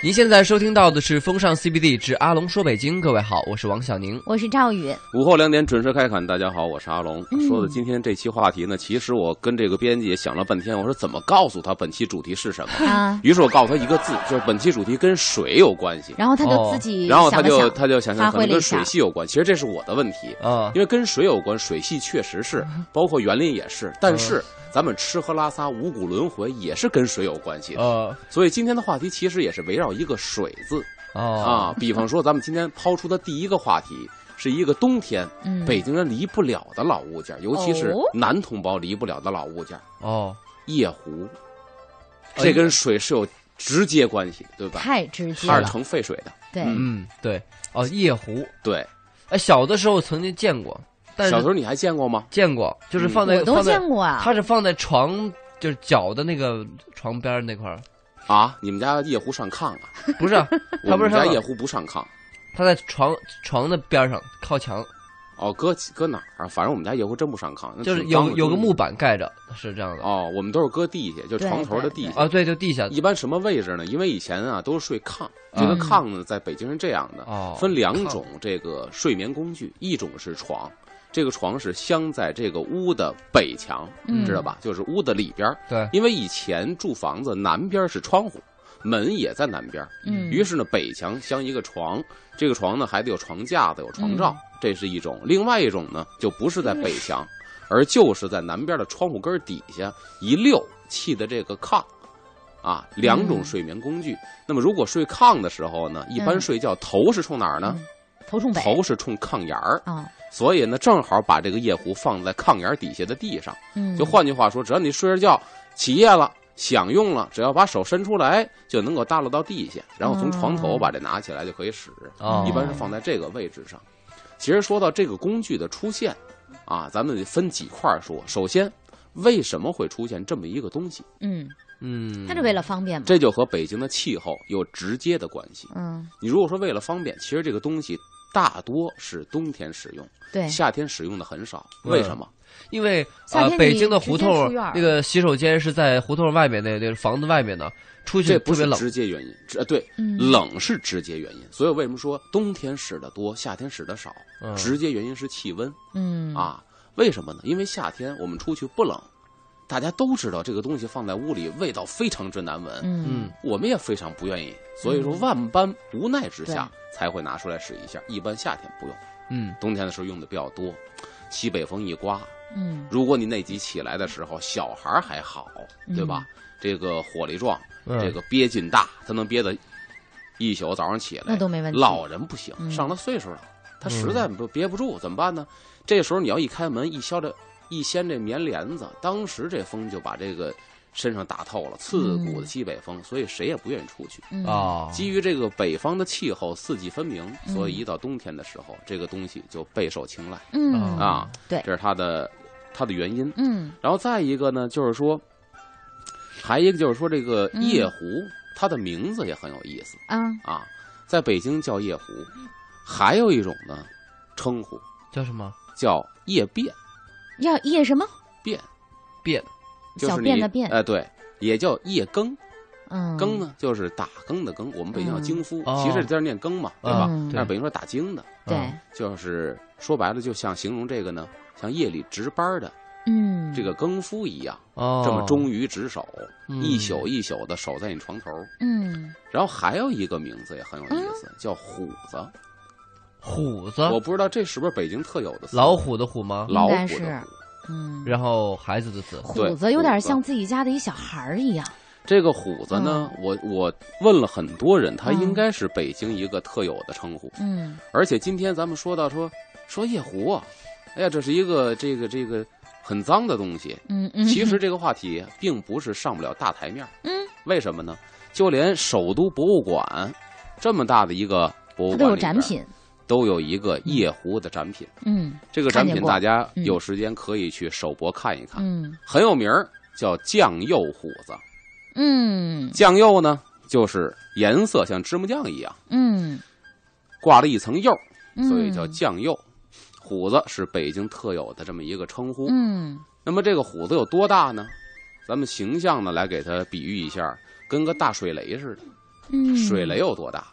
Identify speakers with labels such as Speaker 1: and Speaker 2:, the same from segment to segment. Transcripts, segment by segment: Speaker 1: 您现在收听到的是《风尚 CBD 之阿龙说北京》，各位好，我是王小宁。
Speaker 2: 我是赵 宇，
Speaker 3: 午后两点准时开侃，大家好，我是阿龙。
Speaker 2: 嗯
Speaker 3: 说的今天这期话题呢，其实我跟这个编辑也想了半天，我说怎么告诉他本期主题是什 么？
Speaker 2: 啊，
Speaker 3: 于是我告诉他一个字，就是本期主题跟水有关系。
Speaker 2: 然后他
Speaker 1: 哦
Speaker 2: 就自己
Speaker 3: 然后他
Speaker 2: 想了
Speaker 3: 就
Speaker 2: 想
Speaker 3: 他就想
Speaker 2: 发
Speaker 3: 想可
Speaker 2: 挥
Speaker 3: 能
Speaker 2: 了一
Speaker 3: 跟
Speaker 2: 下
Speaker 3: 水系有关，其实这是我的问题，
Speaker 1: 啊
Speaker 3: 因为跟水有关，水系确实是，
Speaker 2: 嗯
Speaker 3: 包括园林也是，但是。咱们吃喝拉撒五谷轮回也是跟水有关
Speaker 2: 哦
Speaker 3: 系的，
Speaker 1: 呃
Speaker 3: 所以今天的话题其实也是围绕一个“水”字
Speaker 1: 哦
Speaker 3: 啊。比方说，咱们今天抛出的第一个话题是一个冬天，
Speaker 2: 嗯
Speaker 3: 北京人离不了的老物件，尤其是
Speaker 2: 哦
Speaker 3: 男同胞离不了的老物件
Speaker 1: 哦，
Speaker 3: ——夜壶。
Speaker 1: 哎
Speaker 3: 这跟水是有直接关系的，对吧？
Speaker 2: 太直接
Speaker 3: 它是
Speaker 2: 了，
Speaker 3: 盛沸水的，
Speaker 2: 对，
Speaker 3: 嗯
Speaker 1: 嗯对哦夜壶，
Speaker 3: 对。
Speaker 1: 哎小的时候曾经见过，但
Speaker 3: 小时
Speaker 1: 是
Speaker 3: 候你还见过吗？
Speaker 1: 见过就是
Speaker 3: 嗯
Speaker 1: 放在
Speaker 2: 我都
Speaker 1: 放在
Speaker 2: 见过啊，
Speaker 1: 它是放在床就是脚的那个床边儿那 块儿，
Speaker 3: 啊，你们家夜壶上炕 啊？
Speaker 1: 不是啊，它
Speaker 3: 我
Speaker 1: 不是
Speaker 3: 们
Speaker 1: 上
Speaker 3: 家
Speaker 1: 炕
Speaker 3: 夜壶不上炕。
Speaker 1: 它在床床的边儿上靠墙，
Speaker 3: 哦，搁搁哪儿啊？反正我们家夜壶真不上炕，那
Speaker 1: 就是
Speaker 3: 挺脏
Speaker 1: 有
Speaker 3: 的
Speaker 1: 有个
Speaker 3: 东西
Speaker 1: 木板盖着，是这样的。
Speaker 3: 哦，我们都是搁地下，就
Speaker 2: 对
Speaker 3: 床头
Speaker 2: 对
Speaker 3: 的地
Speaker 2: 对
Speaker 3: 下。
Speaker 1: 啊对，就地下
Speaker 3: 一般什么位置呢？因为以前啊都是睡炕，这个
Speaker 1: 嗯
Speaker 3: 炕呢在北京是这样的，
Speaker 1: 哦
Speaker 3: 分两种这个睡眠工具，一种是床，这个床是镶在这个屋的北墙，
Speaker 2: 嗯
Speaker 3: 知道吧？就是屋的里边儿。
Speaker 1: 对
Speaker 3: 因为以前住房子南边是窗户，门也在南边儿，
Speaker 2: 嗯，
Speaker 3: 于是呢北墙镶一个床，这个床呢还得有床架子、有床罩，
Speaker 2: 嗯
Speaker 3: 这是一种；另外一种呢就不是在北墙，而就是在南边的窗户根儿底下一溜砌的这个炕。啊，两种
Speaker 2: 嗯
Speaker 3: 睡眠工具。那么，如果睡炕的时候呢，一般
Speaker 2: 嗯
Speaker 3: 睡觉头是冲哪儿呢？
Speaker 2: 头冲北
Speaker 3: 头是冲炕沿儿，
Speaker 2: 啊，
Speaker 3: 所以呢，正好把这个夜壶放在炕沿儿底下的地上。
Speaker 2: 嗯，
Speaker 3: 就换句话说，只要你睡着觉，起夜了，想用了，只要把手伸出来，就能够耷拉到地下，然后从床头把这拿起来就可以使。
Speaker 1: 哦
Speaker 3: 一般是放在这个位置上。其实说到这个工具的出现，啊，咱们得分几块儿说。首先，为什么会出现这么一个东西？
Speaker 2: 嗯，
Speaker 1: 嗯，
Speaker 2: 他是为了方便嘛，
Speaker 3: 这就和北京的气候有直接的关系。
Speaker 2: 嗯，
Speaker 3: 你如果说为了方便，其实这个东西大多是冬天使用，
Speaker 2: 对，
Speaker 3: 夏天使用的很少。
Speaker 1: 嗯
Speaker 3: 为什么？
Speaker 1: 因为
Speaker 2: 夏
Speaker 1: 呃
Speaker 2: 天，你
Speaker 1: 北京的胡
Speaker 2: 直接
Speaker 1: 同
Speaker 2: 出院儿
Speaker 1: 那个洗手间是在胡同外面那那个房子外面的，出去
Speaker 3: 这
Speaker 1: 特
Speaker 3: 不
Speaker 1: 别
Speaker 3: 是
Speaker 1: 冷。
Speaker 3: 直接原因，直呃对，
Speaker 2: 嗯，
Speaker 3: 冷是直接原因，所以为什么说冬天使的多，夏天使的少？
Speaker 1: 嗯
Speaker 3: 直接原因是气温
Speaker 2: 嗯，
Speaker 3: 啊？为什么呢？因为夏天我们出去不冷，大家都知道这个东西放在屋里味道非常之难闻，
Speaker 2: 嗯，
Speaker 1: 嗯，
Speaker 3: 我们也非常不愿意，所以说
Speaker 2: 嗯
Speaker 3: 万般无奈之下才会拿出来使一下。一般夏天不用，
Speaker 1: 嗯
Speaker 3: 冬天的时候用的比较多。西北风一刮，
Speaker 2: 嗯，
Speaker 3: 如果你那集起来的时候，小孩儿还好，对吧？
Speaker 2: 嗯
Speaker 3: 这个火力壮，
Speaker 1: 嗯，
Speaker 3: 这个憋劲大，他能憋得一宿早上起来
Speaker 2: 那都没问题，
Speaker 3: 老人不行，
Speaker 2: 嗯
Speaker 3: 上了岁数了，他实在不憋不住，怎么办呢？这时候你要一开门一削这一掀这棉帘子，当时这风就把这个身上打透了，刺骨的西北风，所以谁也不愿意出去。
Speaker 2: 嗯，
Speaker 1: 啊，
Speaker 3: 基于这个北方的气候四季分明，所以一到冬天的时候，这个东西就备受青睐
Speaker 2: 嗯
Speaker 1: 嗯
Speaker 3: 啊，
Speaker 2: 对，
Speaker 3: 这是它的它的原因。
Speaker 2: 嗯，
Speaker 3: 然后再一个呢，就是说，还一个就是说这个
Speaker 2: 嗯
Speaker 3: 夜壶，它的名字也很有意思。
Speaker 2: 啊，
Speaker 3: 啊，在北京叫夜壶，还有一种呢称呼
Speaker 1: 叫什么
Speaker 3: 叫夜变，
Speaker 2: 要夜什么
Speaker 3: 变
Speaker 1: 变？
Speaker 3: 就
Speaker 2: 小
Speaker 3: 是你
Speaker 2: 便的便
Speaker 3: 哎、，对，也叫夜更，
Speaker 2: 嗯，
Speaker 3: 更呢就是打更的更，我们北京叫
Speaker 2: 嗯
Speaker 3: 京夫，
Speaker 1: 哦
Speaker 3: 其实这字儿念更嘛，
Speaker 1: 啊
Speaker 3: 对吧？
Speaker 2: 嗯
Speaker 3: 但是北京说打更的，
Speaker 2: 对，
Speaker 3: 就是说白了，就像形容这个呢，像夜里值班的
Speaker 2: 嗯，
Speaker 3: 这个更夫一样，
Speaker 1: 哦，
Speaker 3: 这么忠于职守，
Speaker 1: 嗯
Speaker 3: 一宿一宿的守在你床头。
Speaker 2: 嗯，
Speaker 3: 然后还有一个名字也很有意思，叫虎子。
Speaker 1: 啊虎子，
Speaker 3: 我不知道这是不是北京特有的词
Speaker 1: 老虎的虎吗？
Speaker 3: 老虎
Speaker 2: 应该
Speaker 3: 的
Speaker 2: 是
Speaker 3: 虎。
Speaker 2: 嗯，
Speaker 1: 然后孩子的子，
Speaker 3: 对
Speaker 2: 虎子有点
Speaker 3: 虎子
Speaker 2: 像自己家的一小孩儿一样，
Speaker 3: 这个虎子呢，
Speaker 2: 嗯
Speaker 3: 我我问了很多人，它应该是北京一个特有的称呼。
Speaker 2: 嗯
Speaker 3: 而且今天咱们说到说说夜壶啊，哎呀，这是一个这个这个很脏的东西。
Speaker 2: 嗯嗯，
Speaker 3: 啊其实这个话题并不是上不了大台面儿，
Speaker 2: 嗯，
Speaker 3: 为什么呢？就连首都博物馆这么大的一个博物
Speaker 2: 它嗯都有
Speaker 3: 馆里边
Speaker 2: 展，品，
Speaker 3: 都有一个夜壶的展品。
Speaker 2: 嗯
Speaker 3: 这个展
Speaker 2: 看
Speaker 3: 品
Speaker 2: 见过
Speaker 3: 大家
Speaker 2: 嗯
Speaker 3: 有时间可以去首博看一看，
Speaker 2: 嗯
Speaker 3: 很有名儿，叫酱釉虎子。
Speaker 2: 嗯
Speaker 3: 酱釉呢，就是颜色像芝麻酱一样，
Speaker 2: 嗯，
Speaker 3: 挂了一层釉，所以叫
Speaker 2: 嗯
Speaker 3: 酱釉。虎子是北京特有的这么一个称呼。
Speaker 2: 嗯
Speaker 3: 那么这个虎子有多大呢？咱们形象呢来给它比喻一下，跟个大水雷似的。
Speaker 2: 嗯，
Speaker 3: 水雷有多大？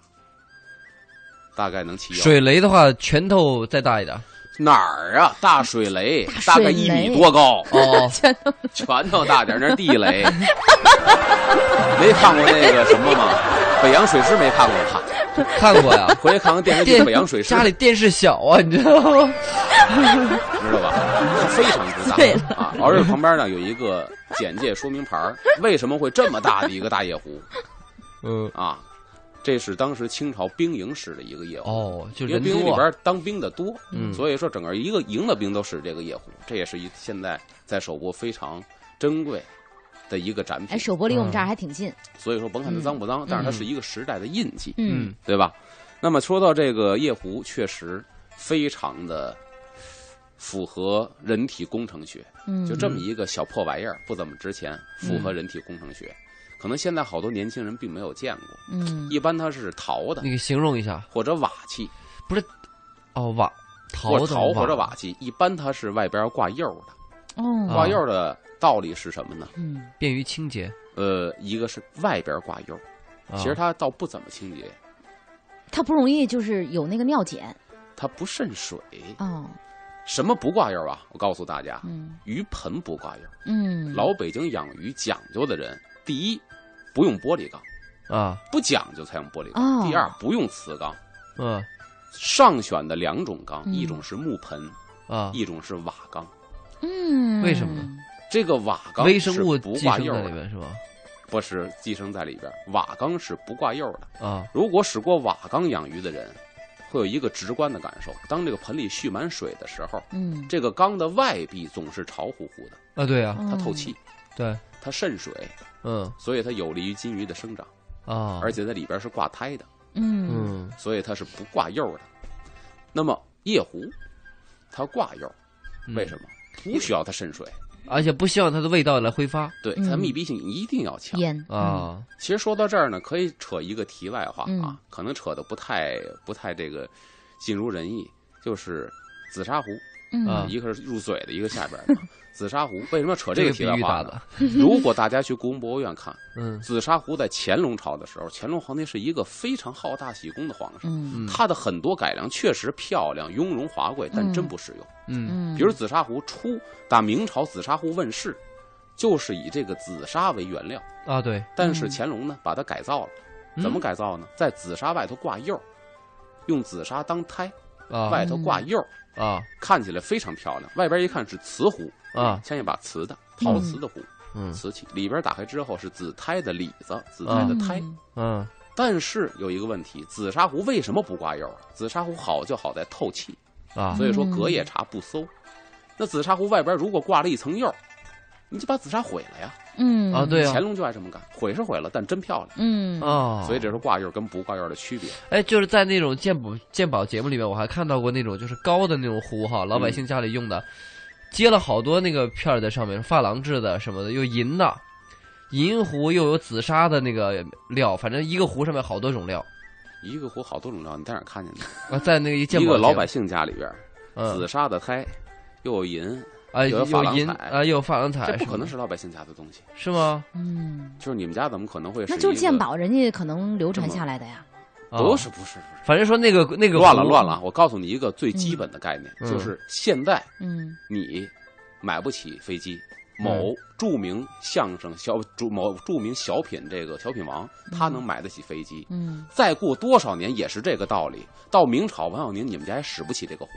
Speaker 3: 大概能齐腰。
Speaker 1: 水雷的话，拳头再大一 点。
Speaker 3: 哪儿啊？大水雷
Speaker 2: 大
Speaker 3: 大
Speaker 2: 水
Speaker 3: 概
Speaker 2: 雷
Speaker 3: 一米多高，
Speaker 1: 哦，
Speaker 3: 拳头大点儿，那是地雷。没看过那个什么吗？北洋水师没看过吧？
Speaker 1: 看过 呀。
Speaker 3: 回去看看电视剧《
Speaker 1: 电
Speaker 3: 北洋水师
Speaker 1: 家》，里电视小啊，你知道吗？
Speaker 3: 知道吧？ 是非常之
Speaker 2: 对
Speaker 3: 大啊！而且旁边呢有一个简介说明牌儿， 为什么会这么大的一个大夜壶
Speaker 1: 嗯，
Speaker 3: 啊？这是当时清朝兵营使的一个夜壶。
Speaker 1: 哦，就
Speaker 3: 因为
Speaker 1: 人
Speaker 3: 兵营里
Speaker 1: 多啊。
Speaker 3: 边当兵的多，
Speaker 1: 嗯
Speaker 3: 所以说整个一个营的兵都使这个夜壶，这也是一现在在首博非常珍贵的一个展
Speaker 2: 哎，嗯
Speaker 3: 品。
Speaker 2: 首博离我们这儿还挺近。
Speaker 3: 所以说甭看它脏不脏，但是它是一个时代的印记，
Speaker 2: 嗯
Speaker 1: 嗯，
Speaker 3: 对吧？那么说到这个夜壶，确实非常的符合人体工程学，
Speaker 2: 嗯，
Speaker 3: 就这么一个小破玩意儿，不怎么值钱，符合人体工程学。可能现在好多年轻人并没有见过，
Speaker 2: 嗯
Speaker 3: 一般它是陶的
Speaker 1: 你给形容一下。
Speaker 3: 或者瓦器，
Speaker 1: 哦，瓦
Speaker 3: 或
Speaker 1: 陶
Speaker 3: 者
Speaker 1: 的
Speaker 3: 陶或者瓦器，一般它是外边要挂釉的。
Speaker 2: 哦，
Speaker 3: 挂釉的道理是什么呢？
Speaker 2: 嗯
Speaker 1: 便于清洁。
Speaker 3: 呃，一个是外边挂釉，
Speaker 1: 啊
Speaker 3: 其实它倒不怎么清洁，
Speaker 2: 它不容易就是有那个尿碱。
Speaker 3: 它不渗水。
Speaker 2: 哦，
Speaker 3: 什么不挂釉啊？我告诉大家，
Speaker 2: 嗯
Speaker 3: 鱼盆不挂釉。
Speaker 2: 嗯，
Speaker 3: 老北京养鱼讲究的人，第一，不用玻璃缸，
Speaker 1: 啊，
Speaker 3: 不讲究才用玻璃缸；
Speaker 2: 哦
Speaker 3: 第二，不用瓷缸。
Speaker 1: 嗯
Speaker 3: 上选的两种缸，
Speaker 2: 嗯
Speaker 3: 一种是木盆，
Speaker 1: 啊，
Speaker 3: 一种是瓦缸。
Speaker 2: 嗯，
Speaker 1: 为什么呢？
Speaker 3: 这个瓦缸
Speaker 1: 微生物
Speaker 3: 是不
Speaker 1: 寄
Speaker 3: 挂
Speaker 1: 生
Speaker 3: 釉
Speaker 1: 在里
Speaker 3: 的，
Speaker 1: 面是吗？
Speaker 3: 不是寄生在里边。瓦缸是不挂釉的。
Speaker 1: 啊，
Speaker 3: 如果使过瓦缸养鱼的人，会有一个直观的感受：当这个盆里蓄满水的时候，
Speaker 2: 嗯，
Speaker 3: 这个缸的外壁总是潮乎乎的，
Speaker 1: 啊对啊，
Speaker 3: 它透气，
Speaker 1: 对，
Speaker 3: 它渗水，
Speaker 1: 嗯
Speaker 3: 所以它有利于金鱼的生长。
Speaker 1: 啊，
Speaker 3: 而且它里边是挂胎的，
Speaker 2: 嗯。嗯
Speaker 1: 嗯
Speaker 3: 所以它是不挂釉的。那么夜壶，它挂釉，
Speaker 1: 嗯
Speaker 3: 为什么？不需要它渗水，
Speaker 1: 而且不希望它的味道来挥发
Speaker 3: 对
Speaker 2: 嗯
Speaker 3: 它密闭性一定要强。
Speaker 2: 烟，
Speaker 1: 啊。
Speaker 3: 其实说到这儿呢，可以扯一个题外话
Speaker 2: 嗯
Speaker 3: 啊，可能扯的不太不太这个尽如人意，就是紫砂壶，
Speaker 2: 嗯
Speaker 1: 啊
Speaker 3: 一个是入嘴的，一个下边 的。紫砂壶为什么要扯
Speaker 1: 这
Speaker 3: 这个
Speaker 1: 个
Speaker 3: 题
Speaker 1: 比
Speaker 3: 外
Speaker 1: 喻
Speaker 3: 话
Speaker 1: 打
Speaker 3: 呢？
Speaker 1: 的，
Speaker 3: 如果大家去故宫博物院看
Speaker 1: 嗯
Speaker 3: 紫砂壶，在乾隆朝的时候，乾隆皇帝是一个非常好大喜功的皇上。
Speaker 2: 嗯
Speaker 1: 嗯
Speaker 3: 它的很多改良确实漂亮、雍容华贵，但真不实用。
Speaker 1: 嗯
Speaker 2: 嗯，
Speaker 3: 比如紫砂壶初打明朝紫砂壶问世，就是以这个紫砂为原料，
Speaker 1: 啊对，
Speaker 3: 但是
Speaker 2: 嗯
Speaker 3: 乾隆呢把它改造了，
Speaker 1: 嗯
Speaker 3: 怎么改造呢？在紫砂外头挂釉，用紫砂当胎，
Speaker 1: 啊
Speaker 3: 外头挂釉，
Speaker 1: 啊
Speaker 3: 看起来非常漂亮。外边一看是瓷壶
Speaker 1: 啊，
Speaker 3: 像一把瓷的陶瓷的壶，
Speaker 1: 嗯啊
Speaker 3: 瓷器里边打开之后是紫胎的里子，紫胎的胎。
Speaker 2: 嗯
Speaker 1: 嗯
Speaker 3: 但是有一个问题，紫砂壶为什么不挂釉啊？紫砂壶好就好在透气。
Speaker 1: 啊
Speaker 3: 所以说隔夜茶不馊。那紫砂壶外边如果挂了一层釉，你就把紫砂毁了呀。
Speaker 2: 嗯
Speaker 1: 啊对啊
Speaker 3: 乾隆就爱这么干，毁是毁了，但真漂亮。
Speaker 2: 嗯
Speaker 1: 啊，
Speaker 3: 所以这是挂釉跟不挂釉的区别。
Speaker 1: 哎，就是在那种鉴宝鉴宝节目里面，我还看到过那种就是高的那种壶哈，
Speaker 3: 嗯
Speaker 1: 老百姓家里用的，接了好多那个片儿在上面，珐琅制的什么的，有银的，银壶又有紫砂的那个料，反正一个壶上面好多种料
Speaker 3: 一个壶好多种料，你在哪儿看见的？
Speaker 1: 啊，在那个一鉴
Speaker 3: 一
Speaker 1: 宝
Speaker 3: 个
Speaker 1: 节
Speaker 3: 老
Speaker 1: 目
Speaker 3: 百姓家里边，
Speaker 1: 嗯
Speaker 3: 紫砂的胎，又有银，
Speaker 1: 啊
Speaker 3: 有
Speaker 1: 有
Speaker 3: 珐琅
Speaker 1: 银
Speaker 3: 彩
Speaker 1: 啊又有珐琅彩，
Speaker 3: 这不可能
Speaker 1: 是
Speaker 3: 是老百姓家的东西。
Speaker 1: 吗是吗？
Speaker 2: 嗯，
Speaker 3: 就是你们家怎么可能会？
Speaker 2: 那就是鉴。宝人家可能流传下来的呀。
Speaker 1: 啊
Speaker 3: 不是不是不
Speaker 1: 反正说那个那
Speaker 3: 是，
Speaker 1: 个
Speaker 3: 乱了
Speaker 1: 壶
Speaker 3: 乱了！我告诉你一个最基本的概念，
Speaker 1: 嗯
Speaker 3: 就是现在
Speaker 2: 嗯
Speaker 3: 你买不起飞机。
Speaker 1: 嗯
Speaker 3: 某著名相声小著某著名小品这个小品王，他能买得起飞机。
Speaker 2: 嗯
Speaker 3: 再过多少年也是这个道理。到明朝王小宁，你们家也使不起这个壶，